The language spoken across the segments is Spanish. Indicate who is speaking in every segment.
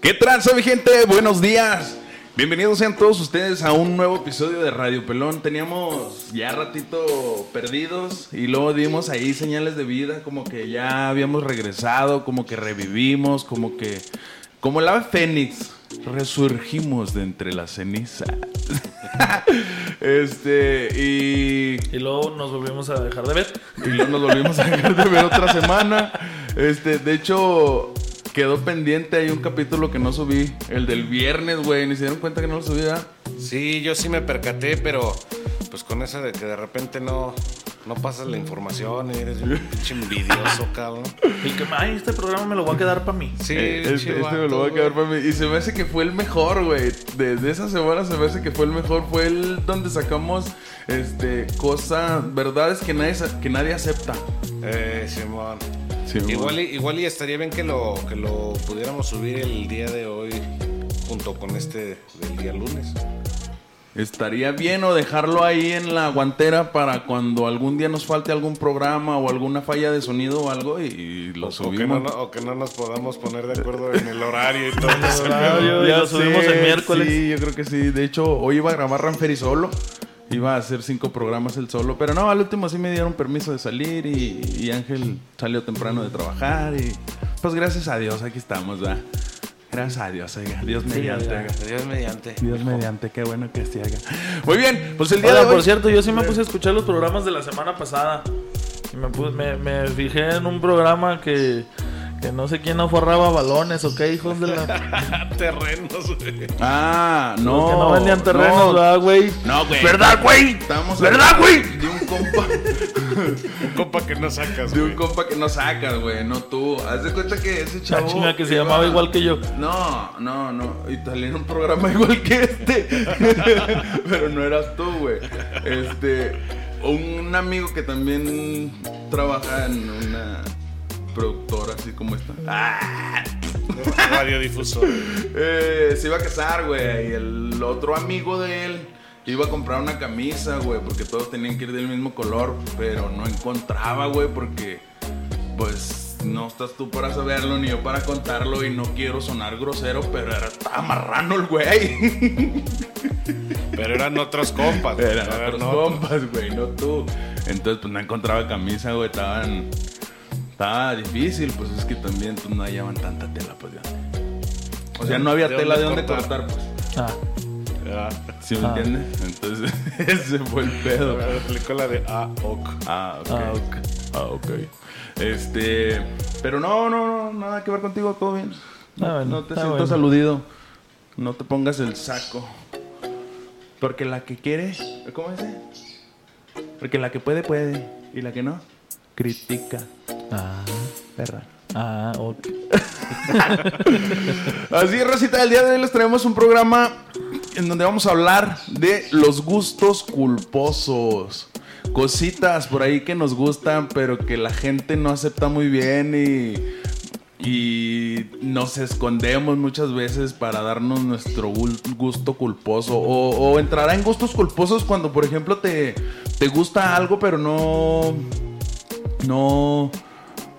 Speaker 1: ¿Qué tranza, mi gente? Buenos días. Bienvenidos sean todos ustedes a un nuevo episodio de Radio Pelón. Teníamos ya ratito perdidos y luego dimos ahí señales de vida, como que ya habíamos regresado, como que revivimos, como que. Como el ave fénix, resurgimos de entre las cenizas. este, y.
Speaker 2: Y luego nos volvimos a dejar de ver.
Speaker 1: Y luego nos volvimos a dejar de ver otra semana. Este, de hecho, quedó pendiente ahí un capítulo que no subí. El del viernes, güey. Ni se dieron cuenta que no lo subí, ¿verdad?
Speaker 3: Sí, yo sí me percaté, pero pues con eso de que de repente no, no pasas la información, eres un pinche envidioso, cabrón.
Speaker 2: Y que, ay, este programa me lo voy a quedar para mí.
Speaker 3: Sí,
Speaker 1: Eh, este,
Speaker 3: pinche
Speaker 1: este me lo
Speaker 3: vato,
Speaker 1: voy a quedar
Speaker 3: güey.
Speaker 1: para mí. Y se me hace que fue el mejor, güey. Desde esa semana se me hace que fue el mejor. Fue el donde sacamos este, cosa, verdades que nadie, sa- que nadie acepta.
Speaker 3: Eh, Simón.
Speaker 1: Sí, güey.
Speaker 3: Igual, y, igual y estaría bien que lo, que lo pudiéramos subir el día de hoy junto con este del día lunes.
Speaker 1: Estaría bien o dejarlo ahí en la guantera para cuando algún día nos falte algún programa o alguna falla de sonido o algo y, y lo
Speaker 3: O que,
Speaker 1: subimos.
Speaker 3: no, no- o que no nos podamos poner de acuerdo en el horario y todo eso.
Speaker 2: horario. Y lo subimos el miércoles.
Speaker 1: Sí, yo creo que sí. De hecho, hoy iba a grabar Ranferi solo. Iba a hacer cinco programas el solo. Pero no, al último sí me dieron permiso de salir y, y Ángel salió temprano de trabajar. Y pues gracias a Dios, aquí estamos, ¿verdad? Gracias a Dios, oiga. Dios mediante. oiga.
Speaker 3: Dios mediante.
Speaker 1: Dios mediante, qué bueno que sí haga. Muy bien, pues el día
Speaker 2: Oiga,
Speaker 1: de hoy.
Speaker 2: por cierto, yo sí me puse a escuchar los programas de la semana pasada. Y me, pu- me, me fijé en un programa que, que no sé quién aforraba balones o qué hijos de la...
Speaker 3: Terrenos, güey.
Speaker 1: Ah, no.
Speaker 2: que no vendían terrenos,
Speaker 1: no.
Speaker 2: ¿verdad, güey?
Speaker 1: No, güey.
Speaker 2: ¿Verdad, güey?
Speaker 1: Estamos
Speaker 2: ¿Verdad, güey?
Speaker 1: De un compa.
Speaker 3: Un compa que no sacas,
Speaker 1: De un
Speaker 3: güey.
Speaker 1: compa que no sacas, güey. No tú. Haz de cuenta que ese
Speaker 2: La
Speaker 1: chavo.
Speaker 2: chinga que se
Speaker 1: iba-
Speaker 2: llamaba igual que yo.
Speaker 1: No, no, no. Y salió en un programa igual que este. Pero no eras tú, güey. Este. Un amigo que también trabaja en una productora así como esta.
Speaker 3: Radiodifusor.
Speaker 1: Eh, se iba a casar, güey. Y el otro amigo de él iba a comprar una camisa, güey. Porque todos tenían que ir del mismo color. Pero no encontraba, güey. Porque, pues, no estás tú para saberlo ni yo para contarlo. Y no quiero sonar grosero, pero era, estaba marrano el güey.
Speaker 3: Pero eran otros compas. güey.
Speaker 1: Eran
Speaker 3: A ver,
Speaker 1: otros
Speaker 3: no,
Speaker 1: compas, güey, no tú. Entonces, pues no encontraba camisa, güey. Estaban. Estaba difícil, pues es que también pues, no hallaban tanta tela, pues ya. O sea, no había
Speaker 3: ¿De
Speaker 1: tela de
Speaker 3: dónde
Speaker 1: dónde
Speaker 3: cortar?
Speaker 1: cortar, pues.
Speaker 2: Ah,
Speaker 3: Ah,
Speaker 1: ¿Sí me
Speaker 2: Ah.
Speaker 1: entiendes? Entonces, ese fue el pedo.
Speaker 3: aplicó la de ah, ok.
Speaker 1: Ah, ok.
Speaker 2: Ah, ok.
Speaker 1: Ah, ok. Este. Pero no, no, no, nada que ver contigo, Cobin. No,
Speaker 2: Ah, bueno,
Speaker 1: no te
Speaker 2: está
Speaker 1: siento
Speaker 2: bueno.
Speaker 1: saludido. No te pongas el saco. Porque la que quiere. ¿Cómo dice? Porque la que puede, puede. Y la que no, critica.
Speaker 2: ah,
Speaker 1: Perra.
Speaker 2: ah, ok.
Speaker 1: Así es, Rosita, el día de hoy les traemos un programa en donde vamos a hablar de los gustos culposos. Cositas por ahí que nos gustan, pero que la gente no acepta muy bien y, y nos escondemos muchas veces para darnos nuestro gul- gusto culposo. O, o entrará en gustos culposos cuando, por ejemplo, te, te gusta algo, pero no. No.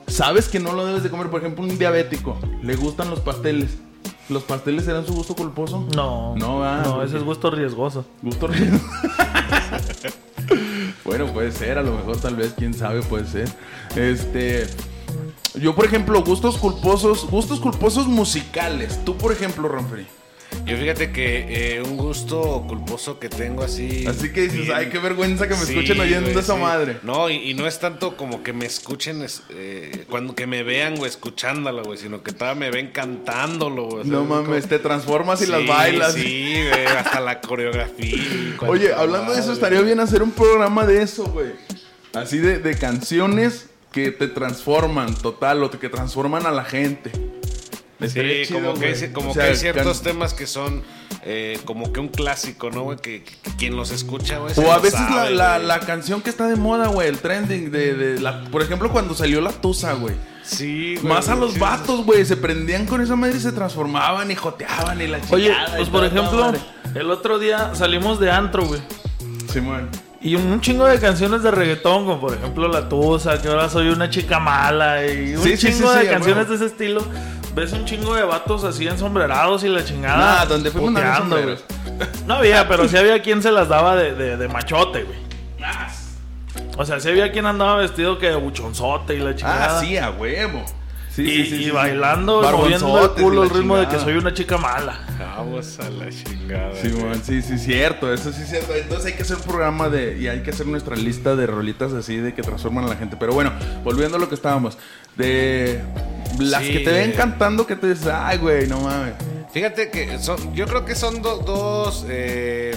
Speaker 1: Sabes que no lo debes de comer, por ejemplo, un diabético. Le gustan los pasteles. ¿Los pasteles serán su gusto culposo?
Speaker 2: No,
Speaker 1: No, ah,
Speaker 2: no,
Speaker 1: porque-
Speaker 2: ese es gusto riesgoso.
Speaker 1: Gusto riesgo. bueno, puede ser, a lo mejor, tal vez, quién sabe, puede ser. Este. Yo, por ejemplo, gustos culposos, gustos culposos musicales. Tú, por ejemplo, Ranferi.
Speaker 3: Yo fíjate que eh, un gusto culposo que tengo así.
Speaker 1: Así que dices,
Speaker 3: bien-
Speaker 1: ay, qué vergüenza que me
Speaker 3: Sí,
Speaker 1: escuchen oyendo
Speaker 3: güey,
Speaker 1: esa
Speaker 3: sí.
Speaker 1: madre.
Speaker 3: No, y, y no es tanto como que me escuchen, es, eh, cuando que me vean, güey, escuchándola, güey, sino que todavía me ven cantándolo, güey. o sea,
Speaker 1: No
Speaker 3: es como-
Speaker 1: mames, te transformas y las
Speaker 3: pues, Sí,
Speaker 1: bailas.
Speaker 3: Sí, güey, hasta la coreografía. y cuánta
Speaker 1: Oye, hablando de eso,
Speaker 3: madre.
Speaker 1: estaría bien hacer un programa de eso, güey. Así de, de canciones que te transforman, total, o que transforman a la gente.
Speaker 3: Sí,
Speaker 1: Estaría chido,
Speaker 3: como, que,
Speaker 1: güey.
Speaker 3: hay- como
Speaker 1: O sea,
Speaker 3: que hay ciertos
Speaker 1: can-
Speaker 3: temas que son eh, como que un clásico, ¿no, güey? Que, que quien los escucha, güey. se
Speaker 1: O a
Speaker 3: lo
Speaker 1: veces la-
Speaker 3: sabe,
Speaker 1: la,
Speaker 3: güey.
Speaker 1: la canción que está de moda, güey, el trending de, de la, por ejemplo, cuando salió la Tusa, güey.
Speaker 3: Sí, güey,
Speaker 1: Más a los
Speaker 3: sí,
Speaker 1: vatos, güey, se prendían con esa madre y se transformaban y joteaban y la
Speaker 2: Oye,
Speaker 1: chingada y
Speaker 2: pues por
Speaker 1: toda esa
Speaker 2: ejemplo,
Speaker 1: madre.
Speaker 2: el otro día salimos de antro, güey.
Speaker 1: Simón.
Speaker 2: Y un chingo de canciones de reggaetón, como por ejemplo La Tusa, que ahora soy una chica mala, y un
Speaker 1: Sí, sí, sí,
Speaker 2: chingo
Speaker 1: sí,
Speaker 2: de
Speaker 1: a huevo.
Speaker 2: canciones de ese estilo. ves un chingo de vatos así ensombrerados y la chingada.
Speaker 1: Nah, donde fuimos no había
Speaker 2: puteando, Ah, güey.
Speaker 1: sombreros.
Speaker 2: No había, pero sí había quien se las daba de, de- de machote, güey.
Speaker 1: Ah,
Speaker 2: O sea, sí había quien andaba vestido que de buchonzote y la chingada.
Speaker 1: Ah, sí, a huevo. Sí,
Speaker 2: y,
Speaker 1: sí, sí,
Speaker 2: y
Speaker 1: sí.
Speaker 2: bailando, y moviendo el
Speaker 1: Barbonzotes y
Speaker 2: culo
Speaker 1: la
Speaker 2: al ritmo de que
Speaker 1: chingada.
Speaker 2: soy una chica mala.
Speaker 3: Vamos "Ah, a la chingada.
Speaker 1: Sí,
Speaker 3: güey.
Speaker 1: man, sí, sí, cierto, eso sí es cierto. Entonces hay que hacer un programa de y hay que hacer nuestra lista de rolitas así de que transforman a la gente. Pero bueno, volviendo a lo que estábamos, de las
Speaker 3: Sí,
Speaker 1: que te ven
Speaker 3: güey.
Speaker 1: cantando que te dices, ay, güey, no mames.
Speaker 3: Fíjate que son, yo creo que son do- dos, eh,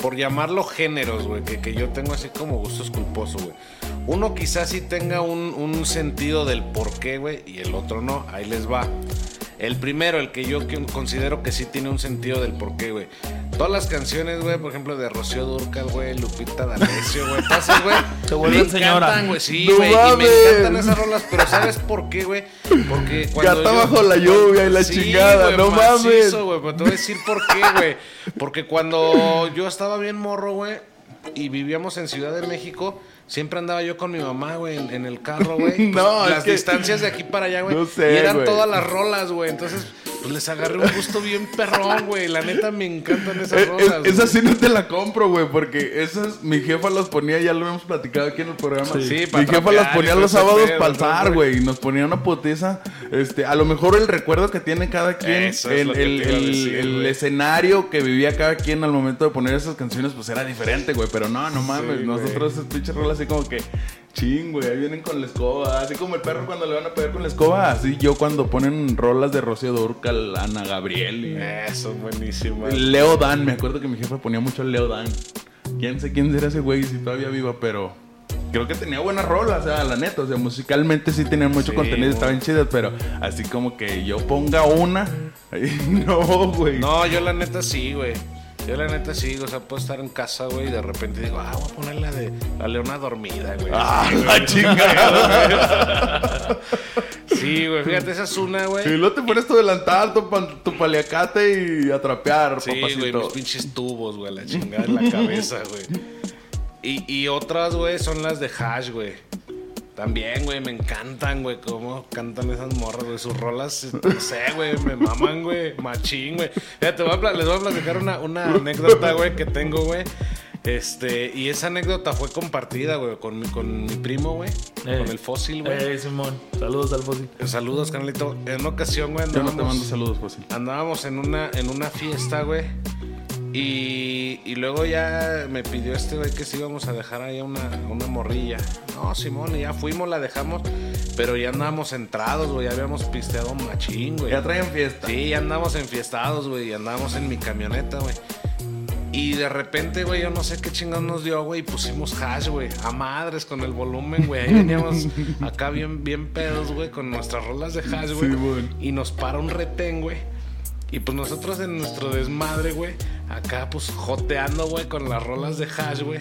Speaker 3: por llamarlo géneros, güey, que, que yo tengo así como gustos culposos, güey. Uno quizás sí tenga un, un sentido del por qué, güey, y el otro no. Ahí les va. El primero, el que yo que- considero que sí tiene un sentido del por qué, güey. Todas las canciones, güey, por ejemplo, de Rocío Durcal, güey, Lupita D'Alessio, güey, pasas, güey.
Speaker 2: Se vuelven
Speaker 3: me
Speaker 2: señora.
Speaker 3: encantan, güey, sí,
Speaker 1: No
Speaker 3: güey, y me
Speaker 1: mames.
Speaker 3: encantan esas rolas, pero ¿sabes por qué, güey? Porque cuando
Speaker 1: Gata
Speaker 3: yo-
Speaker 1: bajo la lluvia y la chingada,
Speaker 3: güey,
Speaker 1: no
Speaker 3: macizo,
Speaker 1: mames.
Speaker 3: güey, pero te voy a decir por qué, güey. Porque cuando yo estaba bien morro, güey, y vivíamos en Ciudad de México, siempre andaba yo con mi mamá, güey, en, en el carro, güey. Pues,
Speaker 1: No, es
Speaker 3: las
Speaker 1: que-
Speaker 3: distancias de aquí para allá, güey.
Speaker 1: No sé,
Speaker 3: y eran
Speaker 1: güey.
Speaker 3: todas las rolas, güey. Entonces, pues les agarré un gusto bien perrón, güey. La neta me encantan esas
Speaker 1: Eh,
Speaker 3: rolas.
Speaker 1: es-
Speaker 3: güey.
Speaker 1: esas sí no te la compro, güey, porque esas mi jefa las ponía, ya lo hemos platicado aquí en el programa.
Speaker 3: Sí, pa'
Speaker 1: mi jefa
Speaker 3: trapear
Speaker 1: las
Speaker 3: y
Speaker 1: ponía
Speaker 3: todo
Speaker 1: los
Speaker 3: ese
Speaker 1: sábados
Speaker 3: pedo,
Speaker 1: para
Speaker 3: ¿no,
Speaker 1: alzar,
Speaker 3: güey?
Speaker 1: güey, y nos ponía una potiza. Este, a lo mejor el recuerdo que tiene cada quien,
Speaker 3: Eso es
Speaker 1: el,
Speaker 3: lo que
Speaker 1: el-
Speaker 3: te iba a
Speaker 1: el-
Speaker 3: decir,
Speaker 1: el
Speaker 3: güey.
Speaker 1: escenario que vivía cada quien al momento de poner esas canciones, pues era diferente, güey. Pero no, no mames,
Speaker 3: Sí,
Speaker 1: nosotros esas pinches rolas así como que. Ching, güey, ahí vienen con la escoba. Así como el perro cuando le van a pegar con la escoba. Así yo cuando ponen rolas de Rocío Durcal, Ana Gabriel y
Speaker 3: Eso, buenísimo.
Speaker 1: Pues, Leo Dan, me acuerdo que mi jefa ponía mucho a Leo Dan. Quién sé quién era ese güey si todavía viva, pero creo que tenía buenas rolas, o sea, la neta, o sea, musicalmente sí tenía mucho
Speaker 3: Sí,
Speaker 1: contenido,
Speaker 3: güey.
Speaker 1: estaban chidas, pero así como que yo ponga una, ay, no, güey.
Speaker 3: No, yo la neta sí, güey. Yo la neta sí, o sea, puedo estar en casa, güey, y de repente digo, ah, voy a poner la de la leona dormida, güey.
Speaker 1: Ah, la chingada.
Speaker 3: Sí, güey, fíjate, esa es una, güey.
Speaker 1: y luego te pones tu delantal, tu, pan- tu paliacate y a trapear,
Speaker 3: Sí, güey,
Speaker 1: papacito.
Speaker 3: mis pinches tubos, güey, la chingada en la cabeza, güey. Y, y otras, güey, son las de Hash, güey. También, güey, me encantan, güey, cómo cantan esas morras, güey. Sus rolas, no sé, güey, me maman, güey, machín, güey. Mira, te voy a pla- les voy a platicar una, una anécdota, güey, que tengo, güey. Este, y esa anécdota fue compartida, güey, con mi, con mi primo, güey.
Speaker 2: Eh.
Speaker 3: Con el fósil, güey.
Speaker 2: Eh, Simón, saludos al fósil.
Speaker 3: Saludos, canalito. En una ocasión, güey,
Speaker 1: Yo no te
Speaker 3: andábamos-
Speaker 1: mando saludos, pues, José.
Speaker 3: andábamos en una, en una fiesta, güey. Y, y luego ya me pidió este güey que si íbamos a dejar ahí a una, a una morrilla. No, Simón, y ya fuimos, la dejamos. Pero ya andábamos entrados, güey. Ya habíamos pisteado machín, güey.
Speaker 1: Ya traen fiesta.
Speaker 3: Sí, ya andamos enfiestados, güey. Y andamos en mi camioneta, güey. Y de repente, güey, yo no sé qué chingados nos dio, güey. Y pusimos hash, güey. A madres con el volumen, güey. Ahí veníamos acá bien, bien pedos, güey, con nuestras rolas de hash, güey.
Speaker 1: Sí, güey.
Speaker 3: y nos para un retén, güey. Y pues nosotros en nuestro desmadre, güey. Acá, pues joteando, güey, con las rolas de hash, güey.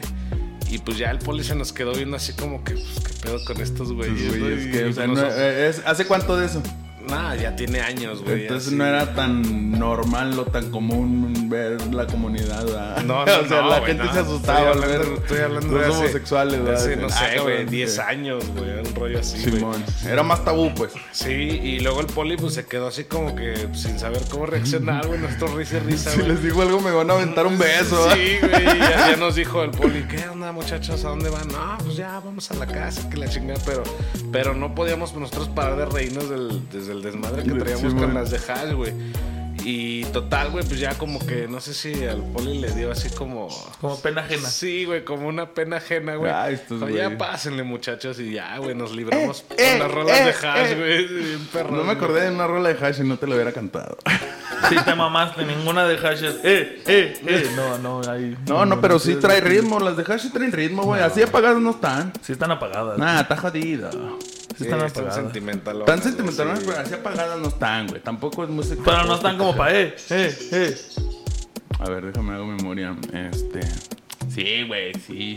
Speaker 3: Y pues ya el poli se nos quedó viendo así como que, pues, qué pedo con estos güeyes.
Speaker 1: Güey,
Speaker 3: ¿no?
Speaker 1: es
Speaker 3: Y-
Speaker 1: que,
Speaker 3: y
Speaker 1: o sea,
Speaker 3: nos-
Speaker 1: no- eh, es- ¿hace cuánto de eso?
Speaker 3: Nah, ya tiene años, güey.
Speaker 1: Entonces
Speaker 3: así.
Speaker 1: no era tan normal o tan común ver la comunidad. ¿verdad?
Speaker 3: No, no,
Speaker 1: o sea,
Speaker 3: no,
Speaker 1: la
Speaker 3: güey,
Speaker 1: gente
Speaker 3: no.
Speaker 1: se asustaba al
Speaker 3: estoy
Speaker 1: ver
Speaker 3: hablando, estoy hablando
Speaker 1: los
Speaker 3: de hace-
Speaker 1: homosexuales.
Speaker 3: de
Speaker 1: ¿verdad?
Speaker 3: hace, no
Speaker 1: Ah,
Speaker 3: sé, güey,
Speaker 1: cabrón,
Speaker 3: 10
Speaker 1: sí.
Speaker 3: años, güey, un rollo así, güey.
Speaker 1: Simón. Era más tabú, pues.
Speaker 3: Sí, y luego el poli pues se quedó así como que sin saber cómo reaccionar, güey, nosotros risa y risa,
Speaker 1: Si
Speaker 3: güey.
Speaker 1: les digo algo me van a aventar un beso. ¿verdad?
Speaker 3: Sí, güey, ya, ya nos dijo el poli, ¿qué onda, muchachos? ¿A dónde van? No, pues ya, vamos a la casa, que la chingada, pero, pero no podíamos nosotros parar de reírnos del, desde el desmadre que
Speaker 1: Sí,
Speaker 3: traíamos
Speaker 1: güey.
Speaker 3: con las de Hash, güey. Y total, güey, pues ya como que, no sé si al poli le dio así como...
Speaker 2: Como pena ajena.
Speaker 3: Sí, güey, como una pena ajena, güey.
Speaker 1: Ah, estos
Speaker 3: Pero ya
Speaker 1: güeyes.
Speaker 3: pásenle, muchachos, y ya, güey, nos libramos
Speaker 1: Eh,
Speaker 3: con
Speaker 1: eh,
Speaker 3: las rolas
Speaker 1: eh,
Speaker 3: de hash,
Speaker 1: eh.
Speaker 3: güey. bien perrón,
Speaker 1: No me
Speaker 3: güey.
Speaker 1: acordé de una rola de hash y no te la hubiera cantado.
Speaker 2: Si te mamaste, ninguna de hashes. Eh, eh, eh. No, no, ahí.
Speaker 1: No, no, pero sí trae ritmo. Las de hash sí traen ritmo, güey. Así apagadas no están.
Speaker 2: Sí están apagadas.
Speaker 1: Nah, está jodida.
Speaker 2: sí
Speaker 3: Sí,
Speaker 2: eh, están
Speaker 3: están
Speaker 2: apagadas.
Speaker 3: sentimentalones,
Speaker 1: Tan
Speaker 3: güey,
Speaker 1: sentimentales,
Speaker 3: sí.
Speaker 1: pero así apagadas no están, güey. Tampoco es música.
Speaker 2: Pero no están como para eh, eh, eh.
Speaker 1: A ver, déjame hago memoria. Este. Sí, güey, sí.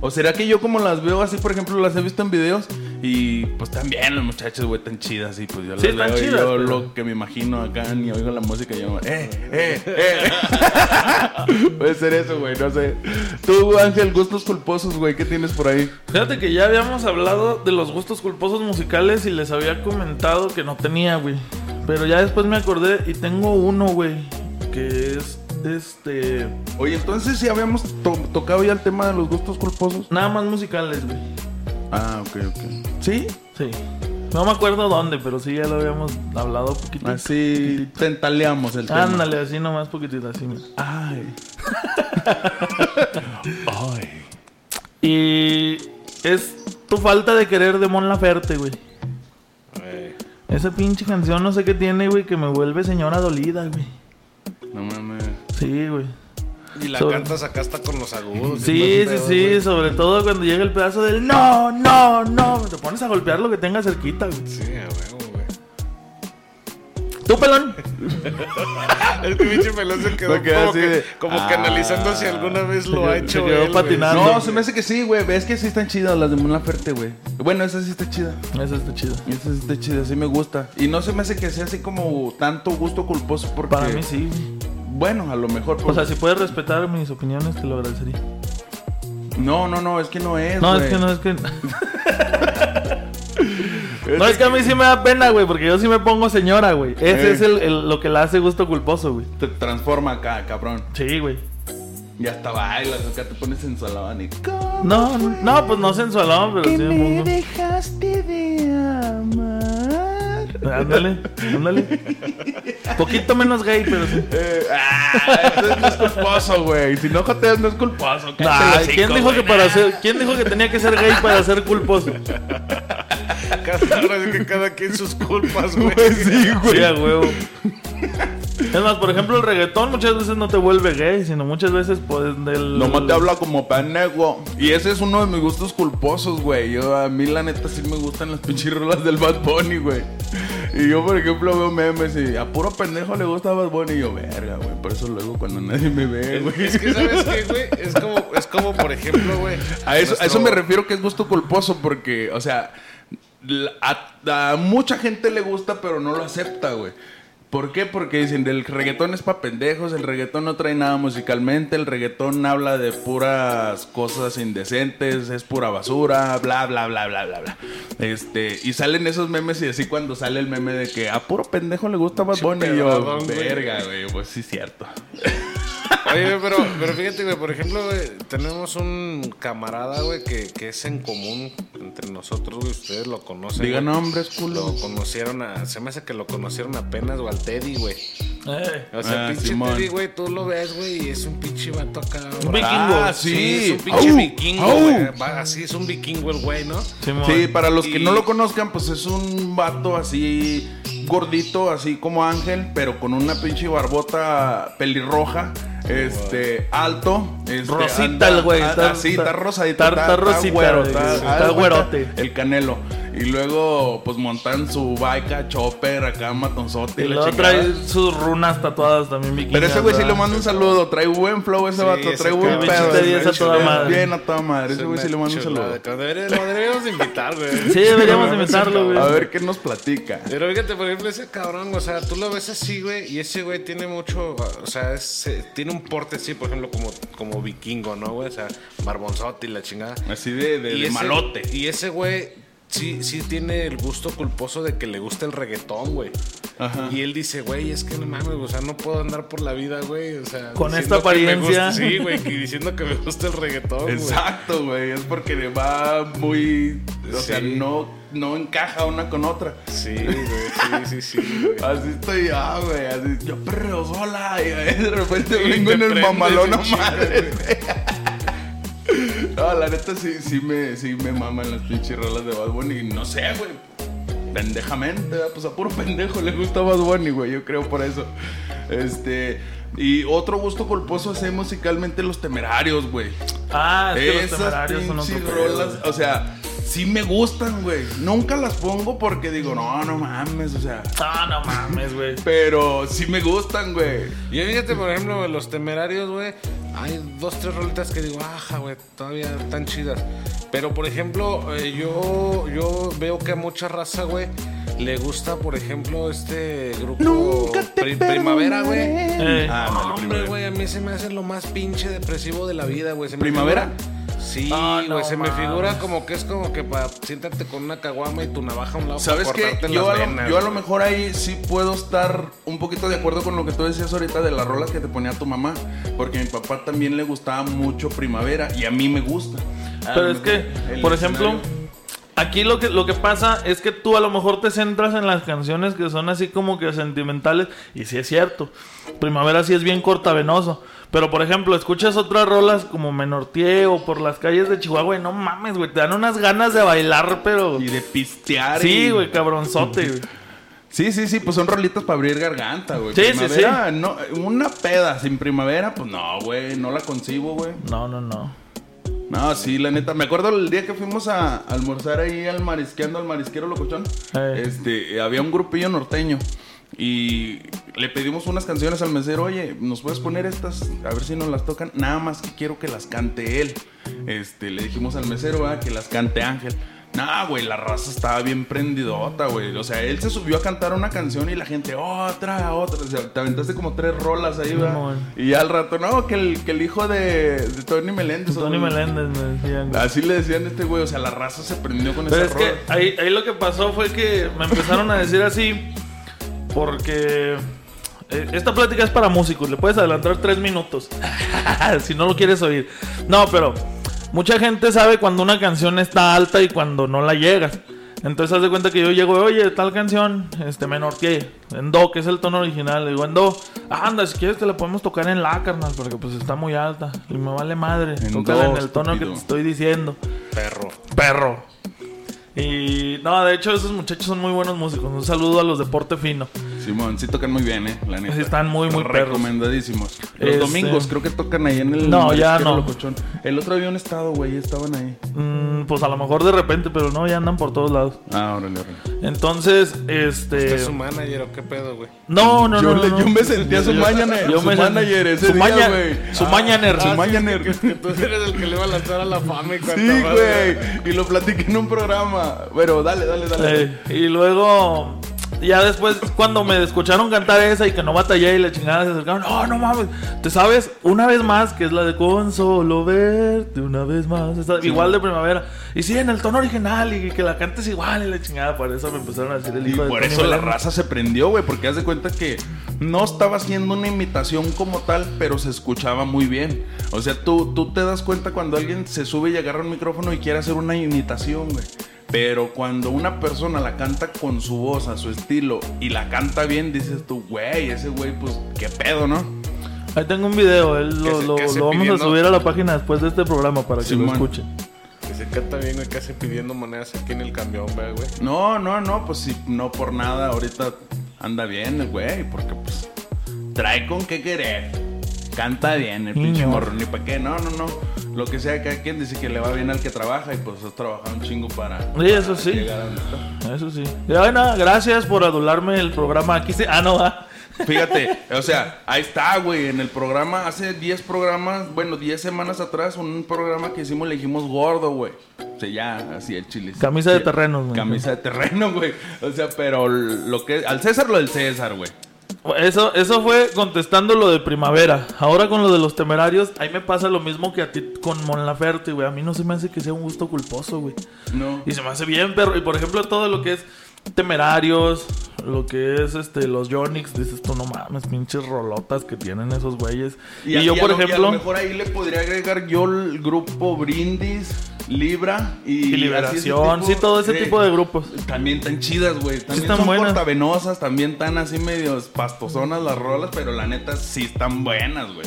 Speaker 1: ¿O será que yo como las veo así, por ejemplo, las he visto en videos y pues también los muchachos, güey, tan chidas y pues yo las
Speaker 2: Sí,
Speaker 1: veo
Speaker 2: están
Speaker 1: y
Speaker 2: chidas,
Speaker 1: yo
Speaker 2: pero-
Speaker 1: lo que me imagino acá ni oigo la música y yo, eh, eh, eh. Puede ser eso, güey, no sé. Tú, Ángel, gustos culposos, güey, ¿qué tienes por ahí?
Speaker 2: Fíjate que ya habíamos hablado de los gustos culposos musicales y les había comentado que no tenía, güey. Pero ya después me acordé y tengo uno, güey, que es este
Speaker 1: Oye, entonces sí habíamos to- tocado ya el tema de los gustos culposos.
Speaker 2: nada más musicales, güey.
Speaker 1: Ah, ok, ok. ¿Sí?
Speaker 2: Sí. No me acuerdo dónde, pero sí ya lo habíamos hablado poquitito.
Speaker 1: Así tentaleamos Ah, el tema.
Speaker 2: Ándale, así nomás poquitito, así. mira.
Speaker 1: Ay. Ay.
Speaker 2: Y es tu falta de querer de Mon Laferte, güey.
Speaker 3: Eh,
Speaker 2: Esa pinche canción no sé qué tiene, güey, que me vuelve señora dolida, güey.
Speaker 1: No mames.
Speaker 2: Sí, güey.
Speaker 3: Y la
Speaker 2: Sobre-
Speaker 3: cantas acá hasta con los agudos.
Speaker 2: Sí,
Speaker 3: y
Speaker 2: sí,
Speaker 3: todo ese
Speaker 2: sí,
Speaker 3: pedo,
Speaker 2: sobre todo cuando llega el pedazo del no, no, no. Te pones a golpear lo que tengas cerquita, güey.
Speaker 3: güey. Sí, a huevo, güey.
Speaker 2: Tú, pelón.
Speaker 3: El pinche pelón se quedó
Speaker 1: Me quedé
Speaker 3: como,
Speaker 1: así
Speaker 3: que,
Speaker 1: de,
Speaker 3: como que
Speaker 1: ah.
Speaker 3: analizando si alguna vez lo
Speaker 2: Se quedó-
Speaker 3: ha hecho.
Speaker 2: se quedó
Speaker 3: él, güey.
Speaker 2: patinando.
Speaker 1: No, se me hace que sí, güey. Ves que sí están chidas las de Mon Laferte, güey. Bueno, esa sí está chida.
Speaker 2: Eso está chido.
Speaker 1: Esa sí está chida, sí me gusta. Y no se me hace que sea así como tanto gusto culposo porque...
Speaker 2: Para mí sí. güey.
Speaker 1: Bueno, a lo mejor...
Speaker 2: O sea,
Speaker 1: pues-
Speaker 2: si puedes respetar mis opiniones, te lo agradecería.
Speaker 1: No, no, no, es que no es,
Speaker 2: No, es
Speaker 1: güey.
Speaker 2: que no, es que. No, es que a mí sí me da pena, güey, porque yo sí me pongo señora, güey. Ese
Speaker 1: Eh.
Speaker 2: es el, el- lo que la hace gusto culposo, güey.
Speaker 1: Te transforma acá, cabrón.
Speaker 2: Sí, güey.
Speaker 1: Y hasta bailas, acá te pones en salabán y...
Speaker 2: No, no, pues no sensualón, pero sí me pongo.
Speaker 1: dejaste de amar.
Speaker 2: Ándale, ándale. Poquito menos gay, pero sí.
Speaker 1: Eh, ah, eso no es culposo, güey. Si no joteas, no es culposo.
Speaker 2: Nah,
Speaker 1: cállate el
Speaker 2: ¿quién,
Speaker 1: hocico,
Speaker 2: dijo que
Speaker 1: güey.
Speaker 2: para ser, ¿Quién dijo que tenía que ser gay para ser culposo?
Speaker 3: Cada, ahora sí que cada quien sus culpas, güey.
Speaker 1: Güey, sí,
Speaker 2: Sí, a
Speaker 1: güey.
Speaker 2: huevo. Es más, por ejemplo, el reggaetón muchas veces no te vuelve gay, sino muchas veces pues del...
Speaker 1: Nomás te habla como panego. Y ese es uno de mis gustos culposos, güey. Yo, a mí, la neta, sí me gustan las pinches rolas del Bad Bunny, güey. Y yo, por ejemplo, veo memes y a puro pendejo le gusta Bad Bunny. Y yo, verga, güey. Por eso luego cuando nadie me ve, güey.
Speaker 3: Es que, ¿sabes qué, güey? Es como, es como por ejemplo, güey.
Speaker 1: A eso, a
Speaker 3: nuestro-
Speaker 1: eso me refiero que es gusto culposo, porque, o sea, la- a, a mucha gente le gusta, pero no lo acepta, güey. ¿Por qué? Porque dicen, el reggaetón es pa' pendejos, el reggaetón no trae nada musicalmente, el reggaetón habla de puras cosas indecentes, es pura basura, bla, bla, bla, bla, bla, bla. Este, y salen esos memes y así cuando sale el meme de que a puro pendejo le gusta Bad Bunny, y yo,
Speaker 3: pedradón, güey.
Speaker 1: verga, güey, pues sí cierto.
Speaker 3: Oye, güey, pero, pero fíjate, güey, por ejemplo, güey, tenemos un camarada, güey, que, que es en común entre nosotros, güey. Ustedes lo conocen.
Speaker 1: Diga
Speaker 3: güey.
Speaker 1: nombres, culo.
Speaker 3: Lo conocieron a. Se me hace que lo conocieron apenas, o al Teddy, güey.
Speaker 2: Eh,
Speaker 3: O sea,
Speaker 1: Ah,
Speaker 3: pinche
Speaker 1: Simón.
Speaker 3: Teddy, güey, tú lo ves, güey, y es un pinche vato acá.
Speaker 2: Un
Speaker 3: bravo.
Speaker 2: vikingo.
Speaker 1: Ah,
Speaker 3: Sí,
Speaker 1: sí.
Speaker 3: es un pinche
Speaker 1: Au,
Speaker 3: vikingo,
Speaker 1: au.
Speaker 3: güey. Va- Así es un vikingo el güey, ¿no?
Speaker 2: Simón.
Speaker 1: Sí, para los que
Speaker 3: Y-
Speaker 1: no lo conozcan, pues es un vato así gordito, así como Ángel, pero con una pinche barbota pelirroja, este, alto, este,
Speaker 2: Rosita el güey,
Speaker 1: ah,
Speaker 2: está-
Speaker 1: ah, sí,
Speaker 2: está-
Speaker 1: está rosadito,
Speaker 2: está- está rosita,
Speaker 1: güero,
Speaker 2: güey,
Speaker 1: está,
Speaker 2: sí,
Speaker 1: ah,
Speaker 2: está
Speaker 1: de cuenta,
Speaker 2: güerote.
Speaker 1: el Canelo. Y luego, pues montan su baica, chopper, acá matonzote.
Speaker 2: Y
Speaker 1: y la
Speaker 2: luego
Speaker 1: chingada.
Speaker 2: trae sus runas tatuadas también, vikingas,
Speaker 1: Pero ese güey sí le
Speaker 2: ¿verdad?
Speaker 1: mando un saludo, trae buen flow ese
Speaker 3: Sí,
Speaker 1: vato,
Speaker 3: ese
Speaker 1: trae buen
Speaker 3: cabrón.
Speaker 1: pedo.
Speaker 2: Pinche Teddy es a toda
Speaker 1: Es
Speaker 2: madre.
Speaker 1: Bien a toda madre, ese
Speaker 3: Es
Speaker 1: güey sí
Speaker 3: una
Speaker 1: le mando un
Speaker 3: chulada,
Speaker 1: saludo.
Speaker 3: cabrón. Debería- Lo deberíamos de invitar, güey.
Speaker 2: Sí, deberíamos inventarlo, güey.
Speaker 1: A ver qué nos platica.
Speaker 3: Pero fíjate, por ejemplo, ese cabrón, o sea, tú lo ves así, güey, y ese güey tiene mucho, o sea, es, eh, tiene un porte así, por ejemplo, como, como vikingo, ¿no, güey? O sea, barbonzote y la chingada.
Speaker 1: Así de, de,
Speaker 3: y
Speaker 1: de
Speaker 3: ese-
Speaker 1: malote.
Speaker 3: Y ese güey sí, sí tiene el gusto culposo de que le gusta el reggaetón, güey.
Speaker 1: Ajá.
Speaker 3: Y él dice, güey, es que no mames, o sea, no puedo andar por la vida, güey. O sea,
Speaker 2: Con
Speaker 3: diciendo
Speaker 2: esta
Speaker 3: que me
Speaker 2: apariencia.
Speaker 3: gusta- sí, güey, que diciendo que me gusta el reggaetón, güey.
Speaker 1: Exacto, güey. Es porque le va muy. O sea,
Speaker 3: Sí.
Speaker 1: no, no encaja una con otra.
Speaker 3: Sí, güey, sí, sí, sí, güey.
Speaker 1: Así estoy ya, güey. Así, yo perreo sola. Y eh, de repente
Speaker 3: Sí,
Speaker 1: vengo
Speaker 3: te
Speaker 1: en el
Speaker 3: prendes
Speaker 1: mamalón a
Speaker 3: un chingo,
Speaker 1: madre. No, la neta sí, sí, me, sí me maman las pinches rolas de Bad Bunny. No sé, güey. Pendejamente, ¿verdad? pues a puro pendejo le gusta Bad Bunny, güey. Yo creo por eso. Este. Y otro gusto culposo hace musicalmente los temerarios, güey.
Speaker 2: Ah, es que los
Speaker 1: Esas
Speaker 2: temerarios son otro
Speaker 1: pinches
Speaker 2: pedo,
Speaker 1: rolas,
Speaker 2: güey.
Speaker 1: o sea, sí me gustan, güey. Nunca las pongo porque digo, no, no mames, o sea.
Speaker 2: Ah, no mames, güey.
Speaker 1: Pero sí me gustan, güey.
Speaker 3: Y fíjate, por ejemplo, güey, los temerarios, güey. hay dos, tres rolitas que digo, ajá, güey, todavía están chidas. Pero, por ejemplo, eh, yo, yo veo que a mucha raza, güey, le gusta, por ejemplo, este grupo
Speaker 1: Nunca te
Speaker 3: Pri- Primavera, güey.
Speaker 1: perdonaré.
Speaker 2: Eh,
Speaker 1: Ah,
Speaker 3: No,
Speaker 1: ándale,
Speaker 3: hombre,
Speaker 1: primavera.
Speaker 3: güey, a mí se me hace lo más pinche depresivo de la vida, güey. Se me
Speaker 1: ¿Primavera?
Speaker 3: figura- Sí,
Speaker 2: Ah,
Speaker 3: güey,
Speaker 2: no
Speaker 3: se me
Speaker 2: mames.
Speaker 3: figura como que es como que para siéntate con una caguama y tu navaja a un lado.
Speaker 1: ¿Sabes
Speaker 3: para
Speaker 1: qué?
Speaker 3: cortarte
Speaker 1: Yo, a
Speaker 3: las
Speaker 1: lo,
Speaker 3: venas,
Speaker 1: yo a lo
Speaker 3: güey.
Speaker 1: mejor ahí sí puedo estar un poquito de acuerdo con lo que tú decías ahorita de las rolas que te ponía tu mamá, porque a mi papá también le gustaba mucho primavera y a mí me gusta. A
Speaker 2: Pero
Speaker 1: lo
Speaker 2: es
Speaker 1: mejor
Speaker 2: que,
Speaker 1: el
Speaker 2: por ejemplo,
Speaker 1: escenario-
Speaker 2: aquí lo que, lo que pasa es que tú a lo mejor te centras en las canciones que son así como que sentimentales, y sí es cierto. Primavera sí es bien cortavenoso. Pero, por ejemplo, escuchas otras rolas como Menortié o por las calles de Chihuahua y no mames, güey, te dan unas ganas de bailar, pero...
Speaker 1: y de pistear.
Speaker 2: Sí,
Speaker 1: y-
Speaker 2: güey, cabronzote, güey.
Speaker 1: Sí, sí, sí, pues son rolitas para abrir garganta, güey.
Speaker 2: Sí, sí,
Speaker 1: Primavera, No, una peda sin primavera, pues no, güey, no la concibo, güey.
Speaker 2: No, no, no.
Speaker 1: No, sí, la neta. Me acuerdo el día que fuimos a almorzar ahí al marisqueando, al marisquero locochón.
Speaker 2: Eh.
Speaker 1: Este, había un grupillo norteño. Y le pedimos unas canciones al mesero, oye, ¿nos puedes poner estas? A ver si nos las tocan. Nada más que quiero que las cante él. Este, le dijimos al mesero, ah, que las cante Ángel. Nah, güey, la raza estaba bien prendidota, güey. O sea, él se subió a cantar una canción y la gente, otra, otra. O sea, te aventaste como tres rolas ahí, ¿verdad?
Speaker 2: Simón.
Speaker 1: Y ya al rato, no, que el, que el hijo de, de Tony Meléndez. o-
Speaker 2: Tony Meléndez me decían, güey.
Speaker 1: Así le decían a este güey, o sea, la raza se prendió con
Speaker 2: Pero
Speaker 1: ese
Speaker 2: es que
Speaker 1: error.
Speaker 2: ahí, ahí lo que pasó fue que me empezaron a decir así porque eh, esta plática es para músicos, le puedes adelantar tres minutos si no lo quieres oír. No, pero mucha gente sabe cuando una canción está alta y cuando no la llegas. Entonces haz de cuenta que yo llego, oye, tal canción, este menor que en do, que es el tono original, le digo en do, anda, si quieres te la podemos tocar en la, carnal, porque pues está muy alta y me vale madre,
Speaker 1: En
Speaker 2: tócala
Speaker 1: do,
Speaker 2: en el tono que
Speaker 1: estúpido.
Speaker 2: te estoy diciendo
Speaker 3: Perro.
Speaker 2: perro. Y no, de hecho esos muchachos son muy buenos músicos. Un saludo a los Deporte Fino.
Speaker 1: Simón, sí tocan muy bien, eh, la neta.
Speaker 2: Sí, están muy, muy perros.
Speaker 1: Recomendadísimos. Los
Speaker 2: Este-
Speaker 1: domingos creo que tocan ahí en el...
Speaker 2: No, ya
Speaker 1: Marisquero
Speaker 2: no.
Speaker 1: Locochón. El otro había un estado, güey, estaban ahí.
Speaker 2: Mm, pues a lo mejor de repente, pero no, ya andan por todos lados.
Speaker 1: Ah, órale, órale.
Speaker 2: Entonces,
Speaker 3: ¿Usted
Speaker 2: este...
Speaker 1: Eh,
Speaker 3: es su manager o qué pedo, güey?
Speaker 2: No, no,
Speaker 1: yo,
Speaker 2: no,
Speaker 1: le-
Speaker 2: no, no.
Speaker 1: yo me sentía su,
Speaker 2: Yo-
Speaker 1: mañana-
Speaker 2: yo
Speaker 1: su
Speaker 2: me-
Speaker 1: manager ese
Speaker 2: su
Speaker 1: día,
Speaker 2: maña-
Speaker 1: güey.
Speaker 2: su mañaner.
Speaker 1: Su
Speaker 2: Ah, sí,
Speaker 1: mañaner.
Speaker 3: Que tú eres el que le va a lanzar a la fama y cuánta
Speaker 1: Sí,
Speaker 3: madre.
Speaker 1: güey. Y lo platiqué en un programa. Pero dale, dale, dale.
Speaker 2: Eh, y luego, ya después, cuando me escucharon cantar esa y que no batallé y la chingada se acercaron, no, no mames. Te sabes, una vez más, que es la de con solo verte, una vez más, esa- igual de primavera. Y sí, en el tono original y que la cantes igual y la chingada, por eso me empezaron a decir el
Speaker 1: Y
Speaker 2: hijo de
Speaker 1: por
Speaker 2: Tony
Speaker 1: eso la
Speaker 2: Belén.
Speaker 1: raza se prendió, güey, porque haz de cuenta que no estaba haciendo una imitación como tal, pero se escuchaba muy bien. O sea, tú, tú te das cuenta cuando alguien se sube y agarra un micrófono y quiere hacer una imitación, güey. Pero cuando una persona la canta con su voz, a su estilo, y la canta bien, dices tú, güey, ese güey, pues, qué pedo, ¿no?
Speaker 2: Ahí tengo un video, él
Speaker 3: Que
Speaker 2: lo,
Speaker 3: se-
Speaker 2: lo-
Speaker 3: que se
Speaker 2: lo vamos
Speaker 3: pidiendo-
Speaker 2: a subir a la página después de este programa para que lo
Speaker 1: Simón.
Speaker 2: escuchen.
Speaker 3: Que se canta bien, güey, casi pidiendo monedas aquí en el camión, güey, güey.
Speaker 1: No, no, no, pues si no por nada, ahorita anda bien el güey, porque pues trae con qué querer. Canta bien el pinche
Speaker 2: Niño.
Speaker 1: morro, ni para qué, no, no, no. Lo que sea, cada quien dice que le va bien al que trabaja y pues has trabajado un chingo para.
Speaker 2: Sí, eso sí.
Speaker 1: llegar a donde está.
Speaker 2: Eso sí. Y bueno, gracias por adularme el programa. Aquí se... Ah, no, va.
Speaker 1: Fíjate, o sea, ahí está, güey, en el programa, hace 10 programas, bueno, 10 semanas atrás, un programa que hicimos le dijimos gordo, güey. O sea, ya, así el chile.
Speaker 2: Camisa de terrenos, güey.
Speaker 1: Camisa de terreno, güey. O sea, pero lo que. Al César lo del César, güey.
Speaker 2: Eso, eso fue contestando lo de primavera. Ahora con lo de los temerarios, ahí me pasa lo mismo que a ti con Mon Laferte, güey. A mí no se me hace que sea un gusto culposo, güey.
Speaker 1: No.
Speaker 2: Y se me hace bien, perro. Y por ejemplo, todo lo que es temerarios, lo que es este los Yonix, dices tú, no mames, pinches rolotas que tienen esos güeyes. Y, yo,
Speaker 1: a
Speaker 2: por
Speaker 1: lo- y a
Speaker 2: ejemplo,
Speaker 1: lo mejor ahí le podría agregar yo el grupo Brindis, Libra y.
Speaker 2: y Liberación,
Speaker 1: así
Speaker 2: sí, todo ese
Speaker 1: eh,
Speaker 2: tipo de grupos.
Speaker 1: También tan chidas, güey. También
Speaker 2: están
Speaker 1: son
Speaker 2: buenas.
Speaker 1: cortavenosas, también tan así medio pastosonas las rolas, pero la neta sí están buenas, güey.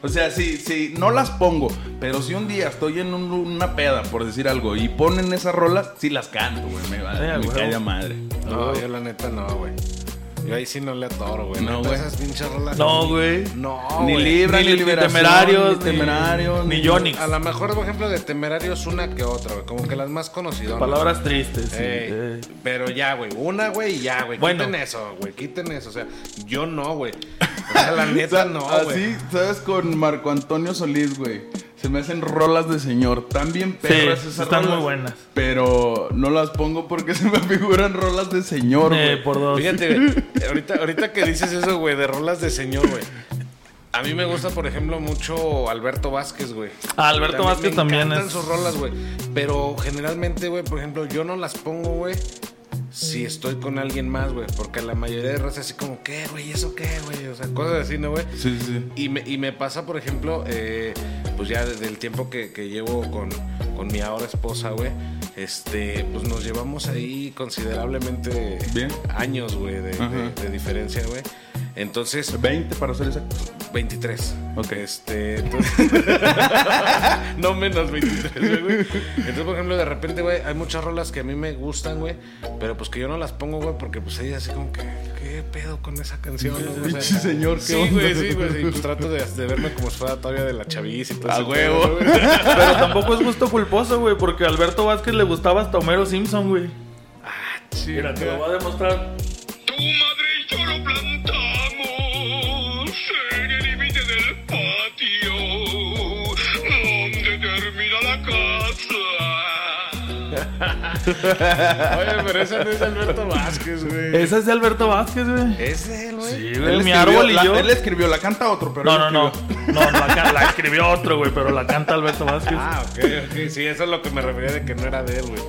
Speaker 1: O sea, sí, sí, no las pongo, pero si un día estoy en un- una peda, por decir algo, y ponen esas rolas, sí las canto, güey. Me, va-
Speaker 2: Eh,
Speaker 1: me
Speaker 2: güey.
Speaker 1: cae de madre.
Speaker 3: No, yo la neta no, güey. Yo ahí sí no le atoro, güey.
Speaker 1: No,
Speaker 3: Neta,
Speaker 1: güey.
Speaker 3: Esas pinches rolas.
Speaker 2: No, Ah, güey.
Speaker 3: No,
Speaker 1: ni
Speaker 3: güey.
Speaker 1: Libra, ni,
Speaker 2: Ni
Speaker 1: Liberación,
Speaker 2: Temerarios,
Speaker 1: ni
Speaker 2: ni-
Speaker 1: Temerarios,
Speaker 2: ni Johnny.
Speaker 3: A lo mejor, por ejemplo, de temerarios una que otra, güey. Como que las más conocidas. ¿no?
Speaker 2: Palabras tristes. sí,
Speaker 3: Ey,
Speaker 2: eh.
Speaker 3: Pero ya, güey. Una, güey, y ya, güey.
Speaker 2: Bueno.
Speaker 3: Quiten eso, güey. Quiten eso. O sea, yo no, güey. La
Speaker 1: Sa-
Speaker 3: neta no, güey.
Speaker 1: Así, ¿sabes? Con Marco Antonio Solís, güey. Se me hacen rolas de señor. Tan bien perras
Speaker 2: Sí,
Speaker 1: esas
Speaker 2: están
Speaker 1: rolas,
Speaker 2: muy buenas.
Speaker 1: Pero no las pongo porque se me figuran rolas de señor,
Speaker 2: Eh,
Speaker 1: güey.
Speaker 2: por dos.
Speaker 3: Fíjate, güey, ahorita, ahorita que dices eso, güey, de rolas de señor, güey. A mí me gusta, por ejemplo, mucho Alberto Vázquez, güey.
Speaker 2: Ah, Alberto Vázquez
Speaker 3: me
Speaker 2: también
Speaker 3: encantan
Speaker 2: es-
Speaker 3: sus rolas, güey. Pero generalmente, güey, por ejemplo, yo no las pongo, güey, si estoy con alguien más, güey. Porque la mayoría de raza así como, ¿qué, güey? ¿Eso qué, güey? O sea, cosas así, ¿no, güey?
Speaker 1: Sí, sí, sí.
Speaker 3: Y me, y me pasa, por ejemplo, eh, pues ya desde el tiempo que, que llevo con, con mi ahora esposa, güey, este, pues nos llevamos ahí considerablemente
Speaker 1: Bien.
Speaker 3: años, güey, de,
Speaker 1: Ajá.
Speaker 3: de- de diferencia, güey. Entonces,
Speaker 1: 20 para ser exacto.
Speaker 3: 23.
Speaker 1: Ok.
Speaker 3: Este, entonces- no menos 23, güey. Entonces, por ejemplo, de repente, güey, hay muchas rolas que a mí me gustan, güey, pero pues que yo no las pongo, güey, porque pues ella así como que, ¿qué pedo con esa canción? no? O sea,
Speaker 1: Pinche señor, ¿qué
Speaker 3: Sí,
Speaker 1: onda?
Speaker 3: güey, sí, güey. Y pues trato de, de verme como si fuera todavía de la chaviz y todo
Speaker 1: A
Speaker 3: ese
Speaker 1: huevo.
Speaker 3: pedo, güey.
Speaker 2: Pero tampoco es gusto culposo, güey, porque a Alberto Vázquez le gustaba hasta Homero Simpson, güey.
Speaker 3: Sí,
Speaker 2: Mira, te lo voy a demostrar.
Speaker 4: Tu madre y yo lo plantamos en el límite del patio, donde termina la casa.
Speaker 3: Oye, pero esa no es Alberto Vázquez, güey.
Speaker 2: Esa es de Alberto Vázquez, güey.
Speaker 3: Es él, güey.
Speaker 2: Sí,
Speaker 1: Él
Speaker 2: güey. Mi
Speaker 1: escribió
Speaker 2: árbol y
Speaker 1: la-
Speaker 2: yo.
Speaker 1: Él escribió, la canta otro, pero.
Speaker 2: No,
Speaker 1: él
Speaker 2: no, no.
Speaker 1: escribió.
Speaker 2: No, la, ca- la escribió otro, güey, pero la canta Alberto Vázquez.
Speaker 3: Ah, ok, ok. Sí, eso es lo que me refería de que no era de él, güey.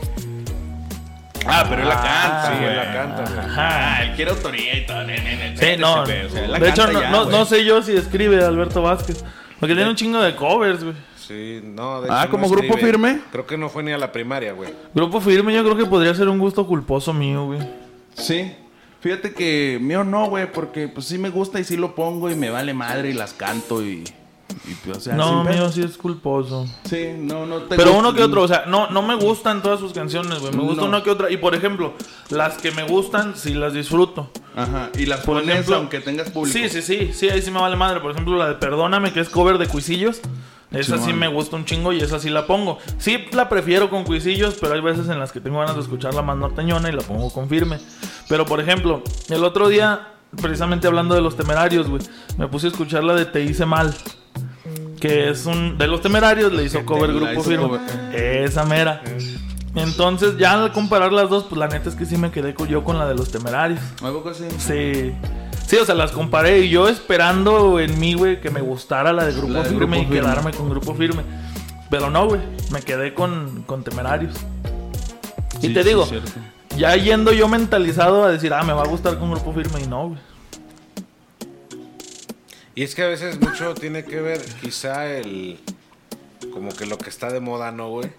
Speaker 1: Ah, pero él la canta.
Speaker 3: sí,
Speaker 1: güey.
Speaker 3: él la canta, güey.
Speaker 2: Ajá.
Speaker 1: Ah, Él quiere autoría y todo. ne, ne, ne,
Speaker 2: Sí, no.
Speaker 1: ese pedo, güey. La
Speaker 2: De hecho,
Speaker 1: canta
Speaker 2: no,
Speaker 1: ya,
Speaker 2: no-
Speaker 1: güey.
Speaker 2: no sé yo si escribe Alberto Vázquez. Porque tiene un chingo de covers, güey.
Speaker 3: Sí, no, de
Speaker 1: Ah,
Speaker 3: hecho,
Speaker 1: ¿como
Speaker 3: no
Speaker 1: grupo
Speaker 3: escribe.
Speaker 1: firme?
Speaker 3: Creo que no fue ni a la primaria, güey.
Speaker 2: Grupo Firme yo creo que podría ser un gusto culposo mío, güey.
Speaker 1: Sí. Fíjate que mío no, güey, porque pues sí me gusta y sí lo pongo y me vale madre y las canto y. y, pues, o sea, sin
Speaker 2: No,
Speaker 1: pedo.
Speaker 2: mío sí es culposo.
Speaker 1: Sí, no, no te
Speaker 2: Pero
Speaker 1: gusta-
Speaker 2: uno que otro, o sea, no, no me gustan todas sus canciones, güey. Me gusta
Speaker 1: No.
Speaker 2: una que otra. Y por ejemplo, las que me gustan, sí las disfruto.
Speaker 1: Ajá. Y las
Speaker 2: Por
Speaker 1: pones
Speaker 2: ejemplo-
Speaker 1: aunque tengas público.
Speaker 2: Sí, sí, sí, sí, ahí sí me vale madre. Por ejemplo, la de Perdóname, que es cover de Cuisillos. Esa sí
Speaker 1: Simón.
Speaker 2: me gusta un chingo y esa sí la pongo. Sí la prefiero con Cuisillos, pero hay veces en las que tengo ganas de escucharla más norteñona y la pongo con firme. Pero por ejemplo, el otro día, precisamente hablando de los temerarios, güey, me puse a escuchar la de Te hice mal. Que es un. De los temerarios le hizo cover
Speaker 1: la
Speaker 2: grupo
Speaker 1: hizo
Speaker 2: firme.
Speaker 1: cover.
Speaker 2: Esa mera. Entonces, ya al comparar las dos, pues la neta es que sí me quedé co- yo con la de los temerarios.
Speaker 1: ¿A poco sí?
Speaker 2: Sí. Sí, o sea, las comparé y yo esperando en mí, güey, que me gustara la de Grupo
Speaker 1: La de
Speaker 2: Firme
Speaker 1: Grupo
Speaker 2: y
Speaker 1: Firme.
Speaker 2: quedarme con Grupo Firme. Pero no, güey, me quedé con, con Temerarios. y
Speaker 1: Sí,
Speaker 2: te
Speaker 1: sí,
Speaker 2: digo,
Speaker 1: cierto.
Speaker 2: ya yendo yo mentalizado a decir, ah, me va a gustar con Grupo Firme y no, güey.
Speaker 3: Y es que a veces mucho tiene que ver, quizá, el. Como que lo que está de moda, ¿no, güey?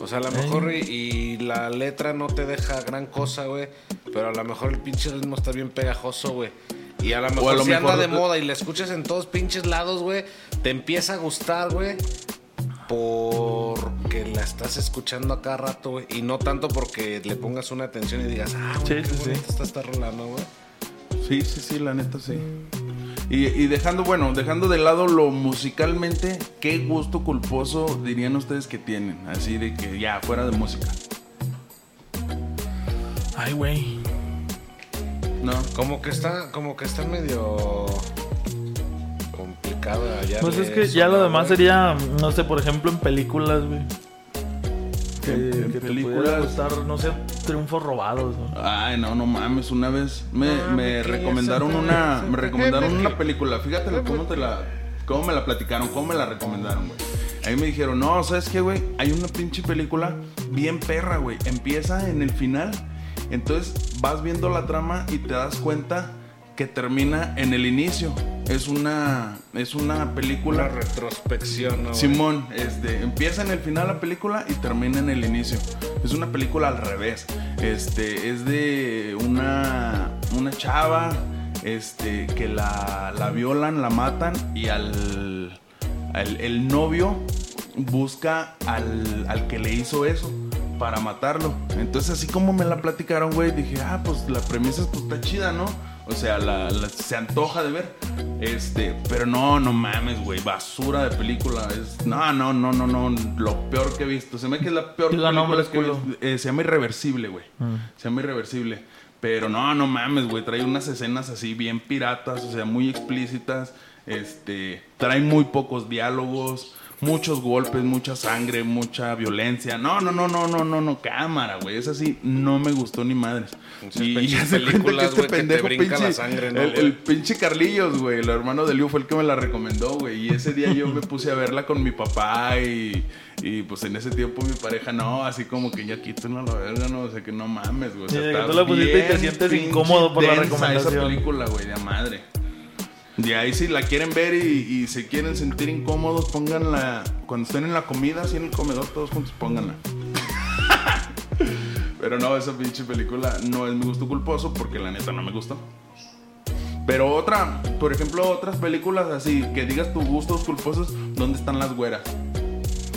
Speaker 3: O sea, a lo mejor y, y la letra no te deja gran cosa, güey. Pero a lo mejor el pinche ritmo está bien pegajoso, güey. Y a lo mejor
Speaker 1: lo
Speaker 3: si anda
Speaker 1: mejor-
Speaker 3: de moda y la escuchas en todos pinches lados, güey. Te empieza a gustar, güey. Porque la estás escuchando a cada rato, güey. Y no tanto porque le pongas una atención y digas, ah,
Speaker 2: Sí,
Speaker 3: güey, qué
Speaker 2: sí, sí.
Speaker 3: bonita está esta rola, ¿no, güey?
Speaker 1: Sí, sí, sí, la neta sí. Y, y dejando, bueno, dejando de lado lo musicalmente, ¿qué gusto culposo dirían ustedes que tienen? Así de que ya, fuera de música.
Speaker 2: Ay, güey.
Speaker 1: No.
Speaker 3: Como que está, como que está medio complicado allá.
Speaker 2: Pues es que ya lo demás sería, no sé, por ejemplo, en películas, güey. Que,
Speaker 1: En- en
Speaker 2: que te
Speaker 1: películas.
Speaker 2: pudiera gustar, no sé, triunfos robados, ¿no?
Speaker 1: Ay, no, no mames, una vez me, me recomendaron una me recomendaron una película. Fíjate lo- cómo te la cómo me la platicaron, cómo me la recomendaron, güey. Ahí me dijeron, "No, ¿sabes qué, güey? Hay una pinche película bien perra, güey. Empieza en el final. Entonces, vas viendo la trama y te das cuenta que termina en el inicio. Es una es una
Speaker 3: Una
Speaker 1: película
Speaker 3: retrospección, ¿no? güey?
Speaker 1: Simón, este, empieza en el final la película y termina en el inicio. Es una película al revés. Este, es de una, una chava este, que la, la violan, la matan y al, al- el novio busca al, al que le hizo eso para matarlo. Entonces así como me la platicaron, güey, dije, ah, pues la premisa pues, está chida, ¿no? O sea, la, la- se antoja de ver. Este, pero no, no mames, güey, basura de película. Es, no, no, no, no, no, lo peor que he visto. Se me que es la peor
Speaker 2: Diga
Speaker 1: película
Speaker 2: nombres,
Speaker 1: que he
Speaker 2: culo.
Speaker 1: visto. Eh, se llama Irreversible, güey. Se llama Irreversible. Pero no, no mames, güey. Trae unas escenas así bien piratas, o sea, muy explícitas. Este, trae muy pocos diálogos, muchos golpes, mucha sangre, mucha violencia. No, no, no, no, no, no, no, cámara, güey. Es así, no me gustó ni madres.
Speaker 3: Muchas
Speaker 1: Y, y
Speaker 3: pinches
Speaker 1: hace cuenta que
Speaker 3: películas,
Speaker 1: este
Speaker 3: güey, que te
Speaker 1: pendejo,
Speaker 3: brinca
Speaker 1: pinche,
Speaker 3: la sangre, ¿no,
Speaker 1: el-
Speaker 3: güey?
Speaker 1: el pinche Carlillos, güey, el hermano de Liu fue el que me la recomendó, güey. Y ese día yo me puse a verla con mi papá y, y, pues en ese tiempo mi pareja, no, así como que ya quítenla a la verga, no, o sea que no mames, güey. O sea,
Speaker 2: Sí, de que
Speaker 1: está
Speaker 2: tú la pusiste y te
Speaker 1: bien
Speaker 2: sientes
Speaker 1: pinche
Speaker 2: incómodo por la
Speaker 1: densa
Speaker 2: recomendación.
Speaker 1: Esa película, güey, de a madre. De ahí si la quieren ver y, y se quieren sentir incómodos, pónganla, cuando estén en la comida, así en el comedor, todos juntos, pónganla. Pero no, esa pinche película no es mi gusto culposo porque la neta no me gustó. Pero otra, por ejemplo, otras películas así, que digas tus gustos culposos, ¿dónde están las güeras?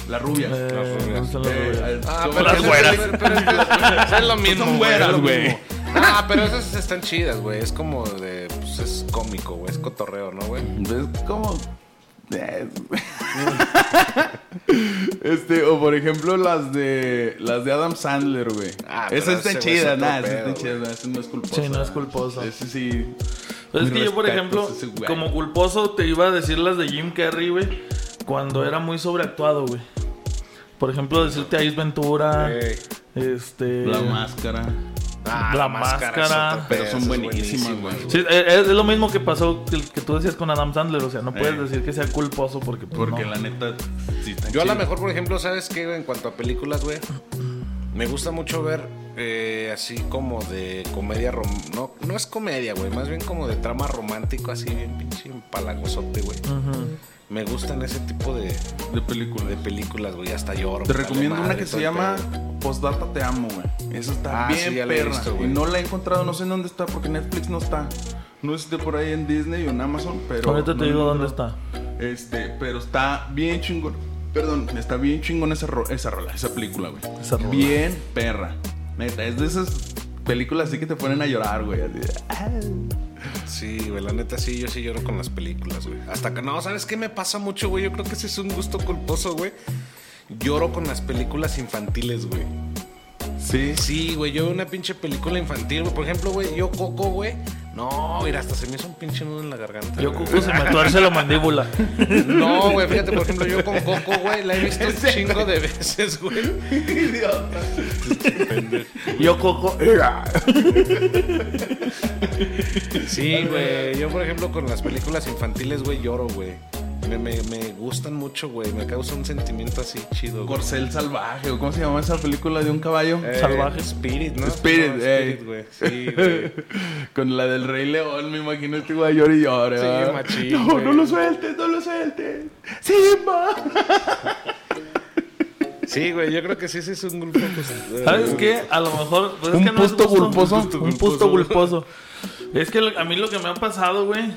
Speaker 1: Las rubias.
Speaker 2: Eh,
Speaker 3: Las rubias.
Speaker 2: no son las
Speaker 1: Eh,
Speaker 2: rubias.
Speaker 1: al-
Speaker 3: Ah,
Speaker 1: son-
Speaker 3: pero
Speaker 2: las
Speaker 1: son-
Speaker 3: eso-
Speaker 2: güeras.
Speaker 3: pero es que- es lo mismo.
Speaker 1: Son
Speaker 3: güey, es
Speaker 1: güeras,
Speaker 3: lo
Speaker 1: güey.
Speaker 3: mismo. Ah, pero esas están chidas, güey. Es como de. Pues es cómico, güey. Es cotorreo, ¿no, güey?
Speaker 1: ¿Ves cómo? eh. este, o por ejemplo, las de las de Adam Sandler, güey.
Speaker 3: Ah, pero
Speaker 1: esas están
Speaker 3: ese güey es
Speaker 1: chidas,
Speaker 3: otro
Speaker 1: nada, esas
Speaker 3: pedo,
Speaker 1: están chidas, nada, ese no es culposo.
Speaker 2: Sí, no es
Speaker 1: ¿verdad?
Speaker 2: culposo.
Speaker 1: Ese sí.
Speaker 2: Pues es
Speaker 1: mis
Speaker 2: que yo, por
Speaker 1: respetos,
Speaker 2: ejemplo,
Speaker 1: ese güey.
Speaker 2: como culposo te iba a decir las de Jim Carrey, güey, cuando era muy sobreactuado, güey. Por ejemplo, decirte a Ace Ventura,
Speaker 3: Ey.
Speaker 2: este...
Speaker 1: La máscara.
Speaker 3: Ah,
Speaker 2: La
Speaker 3: es
Speaker 2: máscara.
Speaker 3: otro
Speaker 1: Pero
Speaker 3: pedo,
Speaker 1: son
Speaker 3: esa es
Speaker 1: buenísimas, güey.
Speaker 3: buenísima,
Speaker 2: Sí, eh, es, es lo mismo que pasó que, que tú decías con Adam Sandler, o sea, no puedes
Speaker 1: Eh.
Speaker 2: decir que sea culposo porque... pues,
Speaker 1: Porque
Speaker 2: no.
Speaker 1: la neta, sí están
Speaker 3: Yo a lo
Speaker 1: chidas.
Speaker 3: mejor, por ejemplo, ¿sabes qué? güey? En cuanto a películas, güey, me gusta mucho ver eh, así como de comedia rom... No, no es comedia, güey, más bien como de trama romántico, así bien pinche empalagosote, güey.
Speaker 2: Ujú.
Speaker 3: Me gustan ese tipo de,
Speaker 1: de película.
Speaker 3: de películas, güey, hasta lloro.
Speaker 1: Te
Speaker 3: me vale
Speaker 1: recomiendo una
Speaker 3: madre,
Speaker 1: que
Speaker 3: todo
Speaker 1: se
Speaker 3: el
Speaker 1: llama
Speaker 3: pedo.
Speaker 1: Postdata Te Amo, güey. Esa está
Speaker 3: Ah,
Speaker 1: bien
Speaker 3: sí, ya la he
Speaker 1: perra.
Speaker 3: visto,
Speaker 1: y
Speaker 3: güey.
Speaker 1: no la he encontrado, no sé en dónde está porque Netflix no está. No sé si esté por ahí en Disney o en Amazon, pero.
Speaker 2: Ahorita
Speaker 1: no
Speaker 2: te digo
Speaker 1: la he
Speaker 2: dónde
Speaker 1: encontrado.
Speaker 2: está.
Speaker 1: Este, pero está bien chingón. Perdón, está bien chingón esa, ro- esa rola, esa película, güey.
Speaker 2: Esa rola.
Speaker 1: Bien perra. Neta, es de esas películas así que te ponen a llorar, güey. así de, "Ah".
Speaker 3: Sí, güey, la neta sí, yo sí lloro con las películas, güey. Hasta que no, ¿sabes qué me pasa mucho, güey? Yo creo que ese es un gusto culposo, güey. Lloro con las películas infantiles, güey.
Speaker 1: Sí.
Speaker 3: Sí, güey, yo veo una pinche película infantil, güey. Por ejemplo, güey, yo Coco, güey. No, mira, hasta se me hizo un pinche nudo en la garganta.
Speaker 2: Yo
Speaker 3: güey.
Speaker 2: cuco se me tuerce la mandíbula.
Speaker 3: No, güey, fíjate, por ejemplo, yo con Coco, güey, la he visto un chingo de veces, güey.
Speaker 2: Yo coco...
Speaker 3: Sí, güey. Yo, por ejemplo, con las películas infantiles, güey, lloro, güey. Me, me, me gustan mucho, güey. Me causa un sentimiento así chido. güey.
Speaker 1: Corcel salvaje, o cómo se llama esa película de un caballo.
Speaker 3: Eh,
Speaker 2: Salvaje.
Speaker 3: Spirit, ¿no?
Speaker 1: Spirit,
Speaker 3: No,
Speaker 1: ey.
Speaker 3: güey. Sí, güey.
Speaker 1: Con la del Rey León, me imagino este güey llora y llora.
Speaker 3: Sí, machín,
Speaker 1: No,
Speaker 3: güey.
Speaker 1: no lo sueltes, no lo sueltes. Simba.
Speaker 3: Sí, güey, yo creo que sí, ese es un grupo. pues,
Speaker 2: ¿Sabes
Speaker 3: eh,
Speaker 2: qué? A lo mejor. pues,
Speaker 1: Un
Speaker 2: es que no es
Speaker 1: pusto
Speaker 2: gusto-
Speaker 1: gulposo.
Speaker 2: Un pusto gulposo. Es que lo- a mí lo que me ha pasado, güey.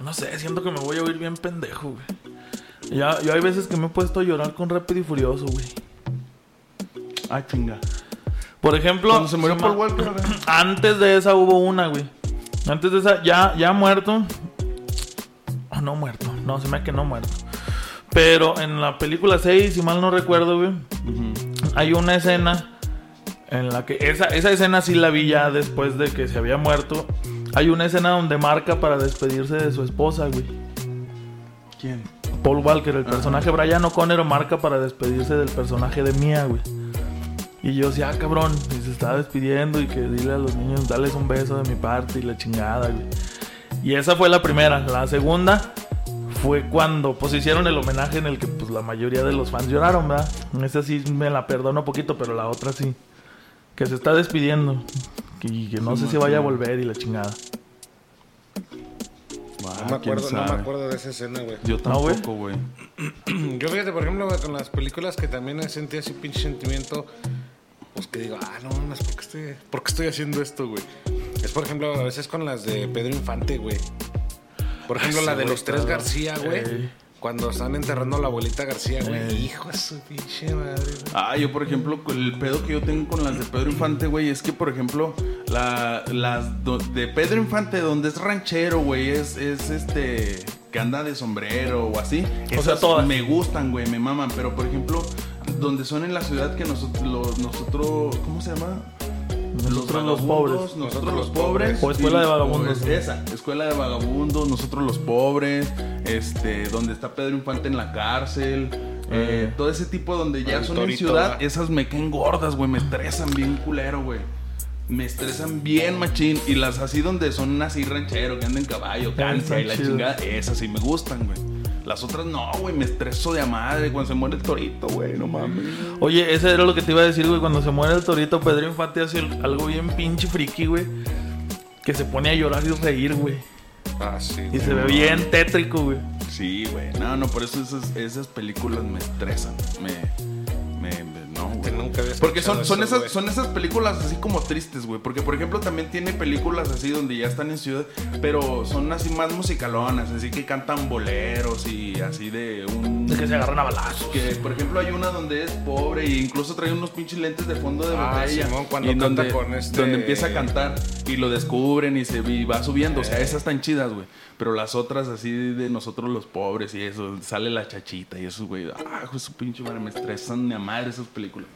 Speaker 2: No sé, siento que me voy a oír bien pendejo, güey. Ya, yo hay veces que me he puesto a llorar con Rápido y Furioso, güey.
Speaker 1: Ah, chinga.
Speaker 2: Por ejemplo.
Speaker 1: Cuando se murió
Speaker 2: ma-
Speaker 1: Paul Walker. güey.
Speaker 2: Antes de esa hubo una, güey. Antes de esa, ya, ya muerto. Ah, no muerto. No, se me hace que no muerto. Pero en la película 6, si mal no recuerdo, güey. Hay una escena en la que. Esa, esa escena sí la vi ya después de que se había muerto. Hay una escena donde marca para despedirse de su esposa, güey.
Speaker 1: ¿Quién?
Speaker 2: Paul Walker, el personaje Brian O'Connor marca para despedirse del personaje de Mia, güey. Y yo decía, ah, cabrón, y se estaba despidiendo y que dile a los niños, dales un beso de mi parte y la chingada, güey. Y esa fue la primera. La segunda fue cuando pues hicieron el homenaje en el que pues la mayoría de los fans lloraron, ¿verdad? Esa sí me la perdono un poquito, pero la otra sí. Que se está despidiendo y que no sé si vaya a volver y la chingada.
Speaker 3: No
Speaker 2: Ah,
Speaker 3: me acuerdo, no me acuerdo de esa escena, güey.
Speaker 1: Ah, Yo
Speaker 2: No, güey.
Speaker 1: tampoco, güey.
Speaker 3: Yo fíjate, por ejemplo, güey, con las películas que también sentí así pinche sentimiento, pues que digo, ah, no mames, ¿por qué estoy, por qué estoy haciendo esto, güey? Es, por ejemplo, a veces con las de Pedro Infante, güey. Por ejemplo,
Speaker 2: Ese
Speaker 3: la de
Speaker 2: güey
Speaker 3: los tres
Speaker 2: está-
Speaker 3: García, güey.
Speaker 2: Ey.
Speaker 3: Cuando están enterrando a la abuelita García, güey.
Speaker 2: Ey.
Speaker 3: Hijo de su pinche madre, güey.
Speaker 1: Ah, yo por ejemplo, con el pedo que yo tengo con las de Pedro Infante, güey, es que por ejemplo, la- las do- de Pedro Infante, donde es ranchero, güey, es, es este, que anda de sombrero o así.
Speaker 2: sea,
Speaker 1: esas
Speaker 2: todas.
Speaker 1: Me gustan, güey, me maman, pero por ejemplo, donde son en la ciudad que nosotros, nosotros, ¿cómo se llama?
Speaker 2: Nosotros los
Speaker 1: vagabundos,
Speaker 2: pobres.
Speaker 1: Nosotros los pobres.
Speaker 2: O escuela
Speaker 1: y-
Speaker 2: de vagabundos.
Speaker 1: o es- Esa, escuela de vagabundos, nosotros los pobres, este, donde está Pedro Infante en la cárcel. eh, todo ese tipo donde ya
Speaker 3: El
Speaker 1: son en
Speaker 3: torito,
Speaker 1: ciudad,
Speaker 3: ¿verdad?
Speaker 1: esas me caen gordas, güey, me estresan bien culero, güey. Me estresan bien, machín. Y las así donde son así ranchero, que andan en caballo, cansa y la
Speaker 2: Chido.
Speaker 1: chingada, esas sí me gustan, güey. Las otras no, güey, me estreso de a madre cuando se muere el torito, güey, no mames.
Speaker 2: Oye, eso era lo que te iba a decir, güey. Cuando se muere el torito, Pedro Infante hace el- algo bien pinche friki, güey. Que se pone a llorar y reír, güey.
Speaker 3: Ah, sí.
Speaker 2: Y
Speaker 3: güey.
Speaker 2: se ve bien tétrico, güey.
Speaker 1: Sí, güey. No, no, por eso esas, esas películas me estresan. Me. me, me- no,
Speaker 3: Que
Speaker 1: güey.
Speaker 3: nunca había
Speaker 1: Porque son,
Speaker 3: escuchado
Speaker 1: son,
Speaker 3: eso,
Speaker 1: esas,
Speaker 3: güey.
Speaker 1: son esas películas así como tristes, güey. Porque, por ejemplo, también tiene películas así donde ya están en ciudad, pero son así más musicalonas, así que cantan boleros y así de un.
Speaker 2: Es que se agarran a balazos.
Speaker 1: Que, por ejemplo, hay una donde es pobre e incluso trae unos pinches lentes de fondo de
Speaker 3: Ah,
Speaker 1: botella.
Speaker 3: Simón, cuando
Speaker 1: y
Speaker 3: canta
Speaker 1: donde,
Speaker 3: con este-
Speaker 1: donde empieza a cantar y lo descubren y se y va subiendo.
Speaker 3: Eh.
Speaker 1: O sea, esas están chidas, güey. Pero las otras así de nosotros los pobres y eso, sale la chachita y eso, güey. Ah, hijo de su pinche madre, me estresan de a madre esas películas.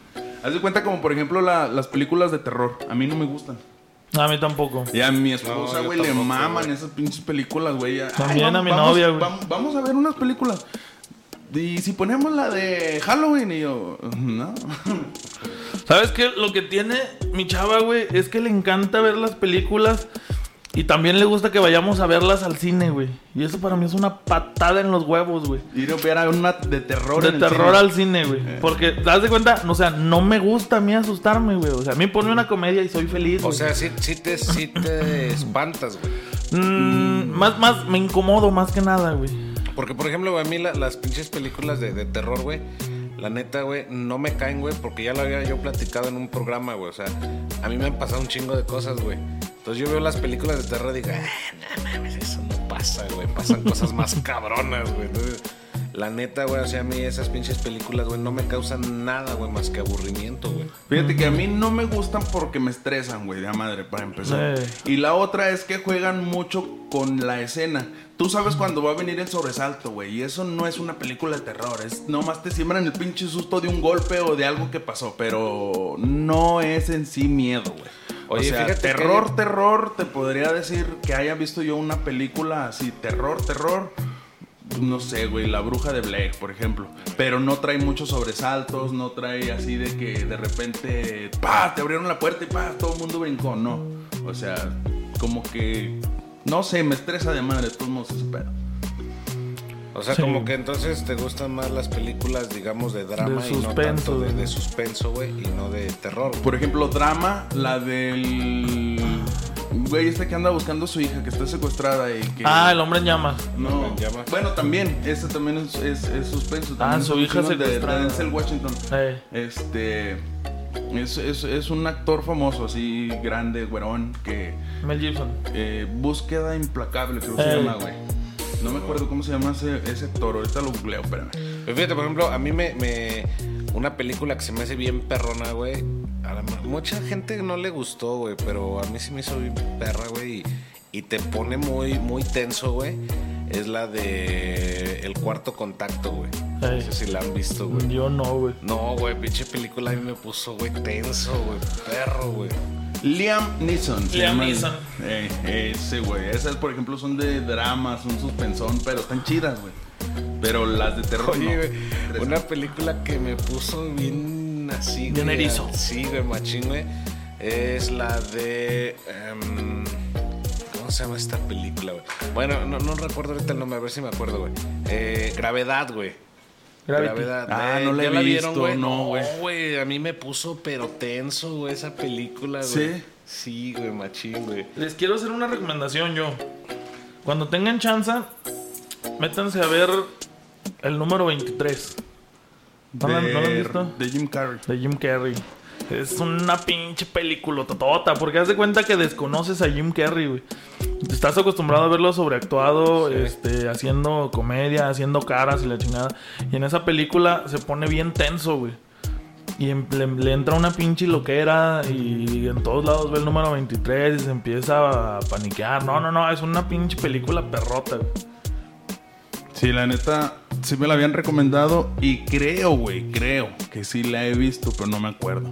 Speaker 1: Haz de cuenta como, por ejemplo, la- las películas de terror. A mí no me gustan.
Speaker 2: A mí tampoco.
Speaker 1: Y a mi
Speaker 3: No,
Speaker 1: esposa,
Speaker 3: yo
Speaker 1: güey, le
Speaker 3: tampoco,
Speaker 1: maman
Speaker 3: güey.
Speaker 1: esas pinches películas, güey. Ay,
Speaker 2: También
Speaker 1: vamos-
Speaker 2: a mi
Speaker 1: vamos-
Speaker 2: novia, güey.
Speaker 1: vam- Vamos, a ver unas películas. Y si ponemos la de Halloween, y yo, no.
Speaker 2: ¿Sabes qué? Lo que tiene mi chava, güey, es que le encanta ver las películas y también le gusta que vayamos a verlas al cine, güey. Y eso para mí es una patada en los huevos, güey.
Speaker 1: Ir a ver a una de terror.
Speaker 2: De
Speaker 1: en el
Speaker 2: terror
Speaker 1: cine. Eh.
Speaker 2: al cine, güey. Porque, ¿te das de cuenta? O sea, no me gusta a mí asustarme, güey. O sea, a mí ponme una comedia y soy feliz.
Speaker 3: O
Speaker 2: güey.
Speaker 3: sea, sí, sí te, sí te espantas, güey.
Speaker 2: Mm, más, más, me incomodo más que nada, güey.
Speaker 3: Porque, por ejemplo, güey, a mí la- las pinches películas de, de terror, güey, la neta, güey, no me caen, güey, porque ya lo había yo platicado en un programa, güey. O sea, a mí me han pasado un chingo de cosas, güey. Entonces yo veo las películas de terror y digo, ah, no mames, eso no pasa, güey. Pasan cosas más cabronas, güey. Entonces, la neta, güey, o sea, a mí esas pinches películas, güey, no me causan nada, güey, más que aburrimiento, güey.
Speaker 1: Fíjate que a mí no me gustan porque me estresan, güey, de la madre, para empezar.
Speaker 2: Eh.
Speaker 1: Y la otra es que juegan mucho con la escena. Tú sabes cuando va a venir el sobresalto, güey, y eso no es una película de terror, es nomás te siembran el pinche susto de un golpe o de algo que pasó, pero no es en sí miedo, güey.
Speaker 3: Oye,
Speaker 1: o sea,
Speaker 3: fíjate que-
Speaker 1: terror, terror, te podría decir que haya visto yo una película así, terror, terror, no sé, güey, La Bruja de Blake, por ejemplo. Pero no trae muchos sobresaltos, no trae así de que de repente, pa, te abrieron la puerta y pa, todo el mundo brincó, no. O sea, como que, no sé, me estresa de madre, de todos modos ese pedo.
Speaker 3: O sea,
Speaker 2: Sí.
Speaker 3: como que entonces te gustan más las películas, digamos, de drama
Speaker 2: De
Speaker 3: y no
Speaker 2: suspenso,
Speaker 3: tanto de,
Speaker 2: güey.
Speaker 3: de suspenso, güey, y no de terror, güey.
Speaker 1: Por ejemplo, drama, la del güey este que anda buscando a su hija, que está secuestrada y que...
Speaker 2: Ah, el hombre en llamas.
Speaker 1: No.
Speaker 3: Ya va.
Speaker 1: Bueno, también. Este también es, es, es suspenso. También
Speaker 2: Ah, su
Speaker 1: son
Speaker 2: hija
Speaker 1: chinos de, de
Speaker 2: secuestrada.
Speaker 1: Denzel Washington.
Speaker 2: Eh.
Speaker 1: Este. Es, es, es un actor famoso, así grande, güerón, que.
Speaker 2: Mel Gibson.
Speaker 1: eh, Búsqueda implacable, creo que
Speaker 2: Eh.
Speaker 1: se llama, güey. No me acuerdo cómo se llama ese, ese actor. Ahorita lo googleo, espérame.
Speaker 3: Pero Pues Fíjate, por ejemplo, a mí me, me- Una película que se me hace bien perrona, güey. A la ma- mucha gente no le gustó, güey, pero a mí sí me hizo bien perra, güey. Y, y te pone muy, muy tenso, güey. Es la de El Cuarto Contacto, güey. No
Speaker 2: Ey.
Speaker 3: sé si la han visto, güey.
Speaker 2: Yo no, güey.
Speaker 3: No, güey, pinche película a mí me puso, güey, tenso, güey. Perro, güey.
Speaker 1: Liam Neeson. se
Speaker 2: Liam
Speaker 1: llama el-
Speaker 2: Neeson.
Speaker 1: Eh, ese, güey. Esas, por ejemplo, son de drama, son suspensón, pero están chidas, güey. Pero las de terror.
Speaker 3: Oye,
Speaker 1: no.
Speaker 3: güey, una película que me puso bien así,
Speaker 2: Bien
Speaker 3: güey,
Speaker 2: erizo.
Speaker 3: Sí, güey, machín, güey. Es la de. em, ¿Cómo se llama esta película, güey? Bueno, no, no recuerdo ahorita el nombre, a ver si me acuerdo, güey. Eh, Gravedad, güey.
Speaker 2: Gravity.
Speaker 3: Gravedad.
Speaker 1: Ah,
Speaker 3: eh,
Speaker 1: no la
Speaker 3: ¿ya
Speaker 1: he visto, no, güey.
Speaker 3: güey, a mí me puso pero tenso, güey, esa película, güey.
Speaker 1: ¿Sí?
Speaker 3: Sí, güey, machín, güey.
Speaker 2: Les quiero hacer una recomendación yo. Cuando tengan chance, métanse a ver el número 23. ¿No la- no la han visto?
Speaker 1: de Jim Carrey.
Speaker 2: de Jim Carrey. Es una pinche película totota, porque haz de cuenta que desconoces a Jim Carrey, güey. Estás acostumbrado a verlo sobreactuado, este, haciendo comedia, haciendo caras y la chingada. Y en esa película se pone bien tenso, güey. Y en- le, le entra una pinche loquera y en todos lados ve el número 23 y se empieza a paniquear. No, no, no, es una pinche película perrota, güey.
Speaker 1: Sí, la neta, sí me la habían recomendado y creo, güey, creo que sí la he visto, pero no me acuerdo.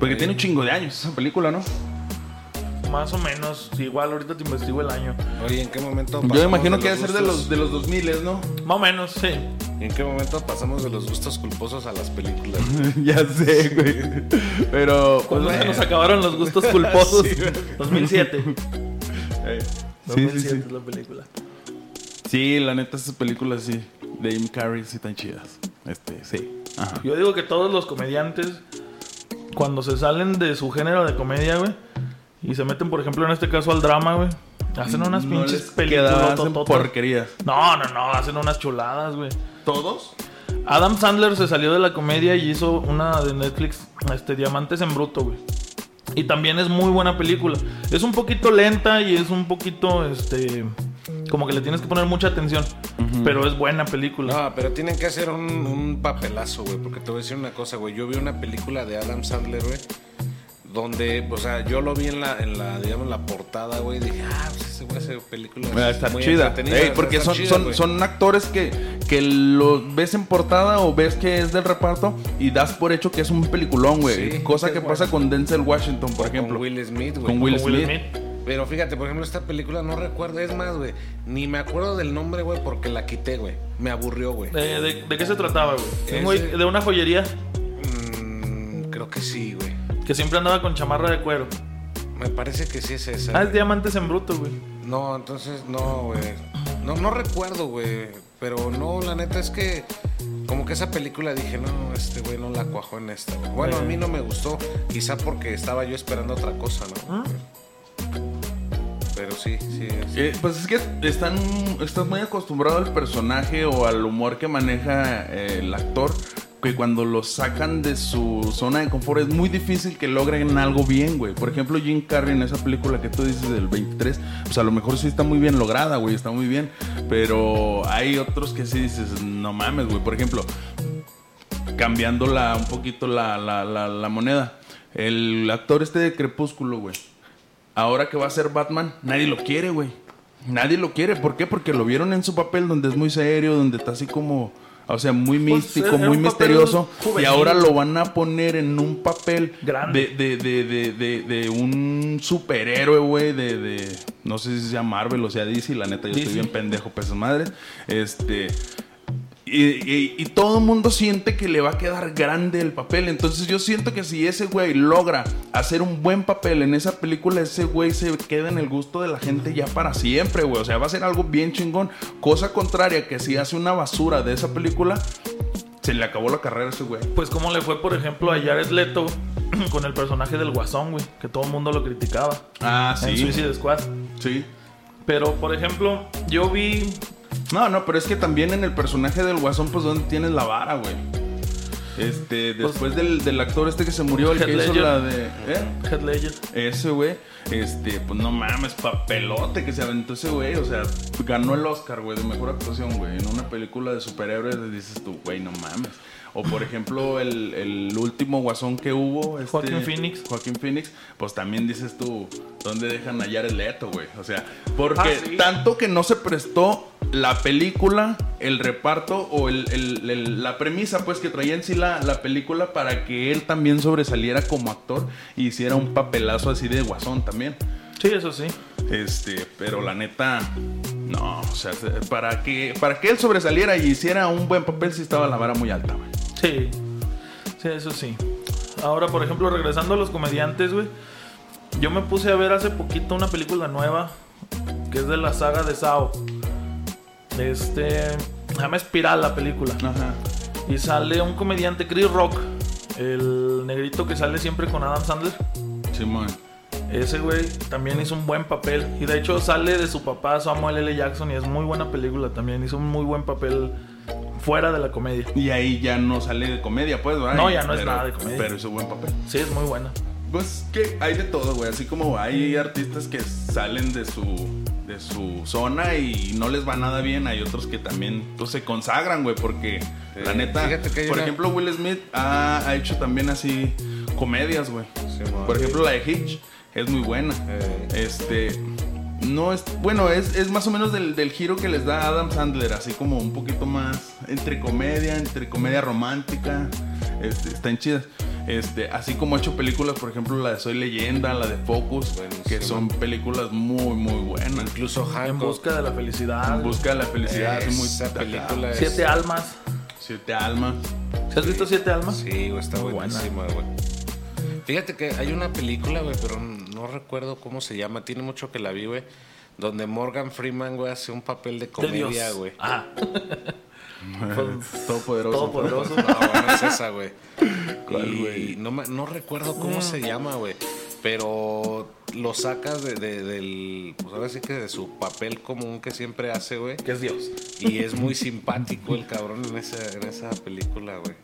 Speaker 1: Porque tiene un chingo de años esa película, ¿no?
Speaker 2: Más o menos, igual ahorita te investigo el año.
Speaker 3: Oye, ¿en qué momento
Speaker 1: Yo me imagino que
Speaker 3: va
Speaker 1: debe ser de los, de los 2000, ¿no?
Speaker 2: Más o menos, sí.
Speaker 3: ¿En qué momento pasamos de los gustos culposos a las películas?
Speaker 1: ya sé, güey. Pero...
Speaker 2: Pues
Speaker 1: bueno.
Speaker 2: bueno, nos acabaron los gustos culposos.
Speaker 3: Sí, güey.
Speaker 2: 2007.
Speaker 1: Eh, Sí,
Speaker 2: 2007
Speaker 1: sí, sí.
Speaker 2: es la película.
Speaker 1: Sí, la neta, esas películas sí. De Jim Carrey sí tan chidas. Este, sí. Ajá.
Speaker 2: Yo digo que todos los comediantes, cuando se salen de su género de comedia, güey, y se meten, por ejemplo, en este caso al drama, güey, hacen unas
Speaker 1: No
Speaker 2: pinches
Speaker 1: les queda,
Speaker 2: películas.
Speaker 1: hacen porquerías.
Speaker 2: No, no, no, hacen unas chuladas, güey.
Speaker 1: ¿Todos?
Speaker 2: Adam Sandler se salió de la comedia y hizo una de Netflix, este, Diamantes en Bruto, güey. Y también es muy buena película. Es un poquito lenta y es un poquito, este, como que le tienes que poner mucha atención. Pero es buena
Speaker 1: Ah,
Speaker 2: película.
Speaker 3: No, pero tienen que hacer un, un papelazo, güey. Porque te voy a decir una cosa, güey. Yo vi una película de Adam Sandler, güey. Donde, o sea, yo lo vi en la, en la digamos, la portada, güey. y Dije, ah, pues ese güey hace películas.
Speaker 1: Va a estar
Speaker 3: muy
Speaker 1: chida.
Speaker 3: entretenidas,
Speaker 1: Ey,
Speaker 3: va a
Speaker 1: porque son,
Speaker 3: estar chida,
Speaker 1: son,
Speaker 3: güey".
Speaker 1: son actores que, que lo ves en portada o ves que es del reparto y das por hecho que es un peliculón, güey.
Speaker 3: Sí,
Speaker 1: Cosa
Speaker 3: es
Speaker 1: que
Speaker 3: bueno.
Speaker 1: pasa con Denzel Washington, por ejemplo.
Speaker 3: Con Will Smith, güey.
Speaker 1: Con Will
Speaker 2: Con Will
Speaker 1: Smith.
Speaker 2: Smith.
Speaker 3: Pero fíjate, por ejemplo, esta película no recuerdo, es más, güey. Ni me acuerdo del nombre, güey, porque la quité, güey. Me aburrió, güey.
Speaker 2: Eh, de, de qué se trataba, güey?
Speaker 3: Ese-
Speaker 2: Un güey De una joyería
Speaker 3: Mm, creo que sí, güey.
Speaker 2: que siempre andaba con chamarra de cuero.
Speaker 3: Me parece que sí es esa.
Speaker 2: Ah, es
Speaker 3: güey.
Speaker 2: Diamantes en Bruto, güey.
Speaker 3: No, entonces no, güey. No, no recuerdo, güey. Pero no, la neta es que como que esa película dije, no, este güey no la cuajó en esta. güey. Bueno, a mí no me gustó, quizá porque estaba yo esperando otra cosa, ¿no? Pero sí, sí. sí.
Speaker 1: Eh, pues es que están, estás muy acostumbrado al personaje o al humor que maneja eh, el actor, que cuando lo sacan de su zona de confort es muy difícil que logren algo bien, güey. Por ejemplo, Jim Carrey en esa película que tú dices del 23, pues a lo mejor sí está muy bien lograda, güey, está muy bien. Pero hay otros que sí dices, no mames, güey. Por ejemplo, cambiando la- un poquito la, la- la- la moneda. El actor este de Crepúsculo, güey. Ahora que va a ser Batman, nadie lo quiere, güey. Nadie lo quiere. ¿Por qué? Porque lo vieron en su papel donde es muy serio, donde está así como... O sea, muy místico,
Speaker 2: Pues, era un
Speaker 1: muy
Speaker 2: papel
Speaker 1: misterioso. Y
Speaker 2: juvenil.
Speaker 1: ahora lo van a poner en un papel
Speaker 2: Grande.
Speaker 1: De, de, de, de, de, de un superhéroe, güey. De, de- No sé si sea Marvel o sea DC. La neta, yo estoy
Speaker 2: DC.
Speaker 1: bien pendejo, pues madre. Este... Y, y- y todo el mundo siente que le va a quedar grande el papel. Entonces yo siento que si ese güey logra hacer un buen papel en esa película, ese güey se queda en el gusto de la gente ya para siempre, güey. O sea, va a ser algo bien chingón. Cosa contraria que si hace una basura de esa película, se le acabó la carrera a ese güey.
Speaker 2: Pues como le fue, por ejemplo, a Jared Leto con el personaje del Guasón, güey, que todo el mundo lo criticaba.
Speaker 1: Ah,
Speaker 2: En Suicide Squad.
Speaker 1: Sí.
Speaker 2: Pero, por ejemplo, yo vi...
Speaker 1: No, no, pero es que también en el personaje del guasón, pues, ¿dónde tienes la vara, güey? Este, después del, del actor este que se murió, el que
Speaker 2: Heath
Speaker 1: hizo
Speaker 2: Ledger.
Speaker 1: la de... ¿eh?
Speaker 2: Head Ledger.
Speaker 1: Ese güey, este, pues no mames, papelote que se aventó ese güey. O sea, ganó el Oscar, güey, de mejor actuación, güey. En una película de superhéroes dices tú, güey, no mames. O por ejemplo, el, el último guasón que hubo, este,
Speaker 2: Joaquin Phoenix.
Speaker 1: Joaquín Phoenix, pues también dices tú, ¿dónde dejan hallar el Leto, güey? O sea, porque
Speaker 2: Ah, sí.
Speaker 1: tanto que no se prestó la película, el reparto o el- el- el- la premisa, pues, que traía en sí la, la película para que él también sobresaliera como actor y hiciera un papelazo así de guasón también.
Speaker 2: Sí, eso sí.
Speaker 1: Este, pero la neta, no, o sea, para que, para que él sobresaliera y hiciera un buen papel, sí estaba la vara muy alta, güey.
Speaker 2: Sí. Sí, eso sí. Ahora, por ejemplo, regresando a los comediantes, güey. Yo me puse a ver hace poquito una película nueva que es de la saga de Sao. Este... Se llama Espiral la película.
Speaker 1: Ajá.
Speaker 2: Y sale un comediante, Chris Rock. El negrito que sale siempre con Adam Sandler.
Speaker 1: Simón.
Speaker 2: Ese güey también hizo un buen papel. Y de hecho sale de su papá Samuel L. Jackson y es muy buena película también. Hizo un muy buen papel fuera de la comedia.
Speaker 1: Y ahí ya no sale de comedia, pues, ¿verdad?
Speaker 2: No, ya no es
Speaker 1: Pero-
Speaker 2: nada de comedia.
Speaker 1: Pero hizo buen papel.
Speaker 2: Sí, es muy buena.
Speaker 1: Pues que hay de todo, güey. Así como hay artistas que salen de su, de su zona y no les va nada bien, hay otros que también pues, se consagran, güey, porque
Speaker 3: Sí.
Speaker 1: la neta,
Speaker 3: Fíjate que hay
Speaker 1: por
Speaker 3: una-
Speaker 1: ejemplo, Will Smith ha, ha hecho también así comedias, güey.
Speaker 3: Simón.
Speaker 1: por ejemplo, la de Hitch es muy buena.
Speaker 3: Eh.
Speaker 1: Este. No es. Bueno, es, es más o menos del, del giro que les da Adam Sandler. Así como un poquito más. Entre comedia, entre comedia romántica. Este, están chidas. Este, así como ha hecho películas, por ejemplo, la de Soy Leyenda, la de Focus, que son películas muy, muy buenas.
Speaker 3: Incluso
Speaker 2: En
Speaker 3: Hancock.
Speaker 2: busca de la felicidad.
Speaker 1: En busca de la felicidad, es muy
Speaker 3: Esa
Speaker 1: acá.
Speaker 3: película es-
Speaker 2: Siete almas.
Speaker 1: Siete almas.
Speaker 2: ¿Sí ¿Has visto Siete almas?
Speaker 3: Sí, güey, está buenísima, güey. Fíjate que hay una película, güey, pero no recuerdo cómo se llama. Tiene mucho que la vi, güey. Donde Morgan Freeman, güey, hace un papel de
Speaker 2: De Dios.
Speaker 3: comedia, güey.
Speaker 2: Ah,
Speaker 1: Todopoderoso.
Speaker 2: todopoderoso.
Speaker 3: No, bueno, es esa, güey.
Speaker 1: ¿Cuál,
Speaker 3: Y
Speaker 1: güey?
Speaker 3: No, me- no recuerdo cómo se llama, güey. Pero lo sacas de, de- del. Pues ahora sí que de su papel común que siempre hace, güey.
Speaker 2: que es Dios.
Speaker 3: Y es muy simpático el cabrón en esa, en esa película, güey.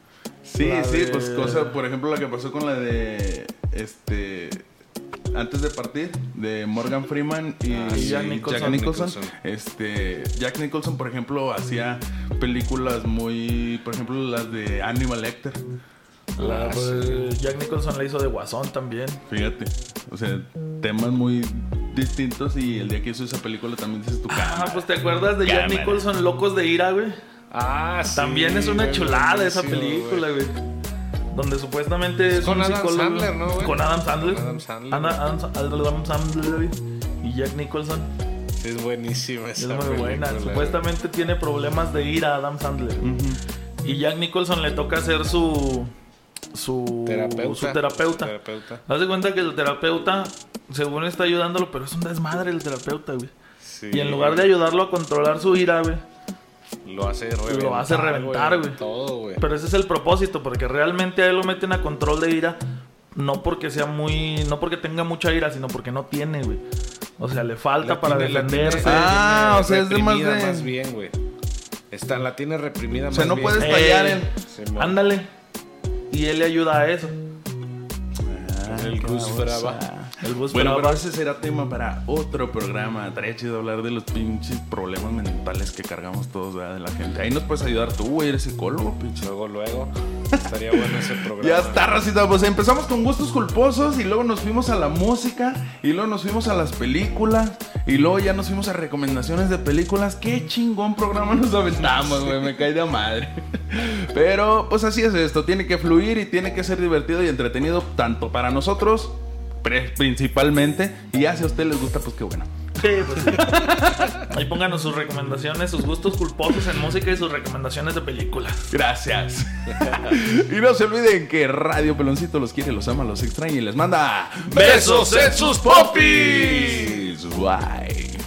Speaker 1: Sí,
Speaker 2: La
Speaker 1: sí,
Speaker 2: de-
Speaker 1: pues cosa, por ejemplo, la que pasó con la de este antes de partir de Morgan Freeman y,
Speaker 2: Ah, sí,
Speaker 1: Jack,
Speaker 2: Jack
Speaker 1: Nicholson.
Speaker 2: Nicholson.
Speaker 3: Nicholson.
Speaker 1: Este Jack Nicholson, por ejemplo, hacía películas muy, por ejemplo, las de Animal Lecter.
Speaker 2: La-
Speaker 3: Ah,
Speaker 2: pues, Jack Nicholson la hizo de Guasón también.
Speaker 1: Fíjate, o sea, temas muy distintos y el día que hizo esa película también dices tu
Speaker 2: Ah,
Speaker 1: cara.
Speaker 2: pues te acuerdas de Jack
Speaker 1: Cámara.
Speaker 2: Nicholson, Locos de Ira, güey.
Speaker 3: Ah, sí.
Speaker 2: También es una
Speaker 3: güey,
Speaker 2: chulada esa
Speaker 3: buenísimo,
Speaker 2: película, güey. Donde supuestamente es
Speaker 3: con
Speaker 2: un
Speaker 3: Adam
Speaker 2: psicólogo.
Speaker 3: Sandler, ¿no, güey?
Speaker 2: Con Adam Sandler.
Speaker 3: Con Adam Sandler.
Speaker 2: Ana- Adam, Sa- Adam Sandler y Jack Nicholson.
Speaker 3: Sí, es buenísima
Speaker 2: Es
Speaker 3: esa
Speaker 2: muy buena.
Speaker 3: película,
Speaker 2: Supuestamente tiene problemas de ira Adam Sandler. Y Jack Nicholson le toca hacer su. Su
Speaker 3: güey. Terapeuta.
Speaker 2: uh, Su terapeuta.
Speaker 3: Terapeuta.
Speaker 2: Haz de cuenta que el terapeuta, según está ayudándolo, pero es un desmadre el terapeuta, güey.
Speaker 3: Sí.
Speaker 2: Y en lugar de ayudarlo a controlar su ira, güey.
Speaker 3: Lo hace reventar.
Speaker 2: Lo hace reventar, güey.
Speaker 3: Todo, güey.
Speaker 2: Pero ese es el propósito, porque realmente a él lo meten a control de ira. No porque sea muy. No porque tenga mucha ira, sino porque no tiene, güey. O sea, le falta
Speaker 3: La
Speaker 2: para
Speaker 3: tiene- la
Speaker 2: defenderse.
Speaker 3: tiene-
Speaker 1: Ah,
Speaker 3: la
Speaker 1: o sea, es de más
Speaker 3: reprimida
Speaker 1: de-
Speaker 3: Más bien, güey. Está, la tiene reprimida
Speaker 1: O sea,
Speaker 3: más
Speaker 1: no
Speaker 3: bien.
Speaker 1: puedes
Speaker 2: Eh,
Speaker 1: fallar en
Speaker 3: Simón.
Speaker 2: Ándale. Y él le ayuda a eso.
Speaker 3: El Gus Brava.
Speaker 2: El bus
Speaker 1: Bueno, pero
Speaker 2: para-
Speaker 1: ese será tema para otro programa. Estaría chido hablar de los pinches problemas mentales que cargamos todos ¿verdad? de la gente. Ahí nos puedes ayudar tú, güey, eres psicólogo, pinche.
Speaker 3: Luego, luego. Estaría bueno ese programa.
Speaker 1: Ya está, racita. Pues empezamos con gustos culposos y luego nos fuimos a la música y luego nos fuimos a las películas y luego ya nos fuimos a recomendaciones de películas. Qué chingón programa nos aventamos, güey. Me cae de madre. Pero pues así es esto. Tiene que fluir y tiene que ser divertido y entretenido tanto para nosotros, pre- principalmente. Y ya si a usted les gusta, pues qué bueno.
Speaker 2: Sí, pues sí. Ahí pónganos sus recomendaciones, sus gustos culposos en música y sus recomendaciones de películas.
Speaker 1: Gracias. y no se olviden que Radio Peloncito los quiere, los ama, los extraña y les manda
Speaker 2: ¡Besos en
Speaker 1: sus popis. Bye.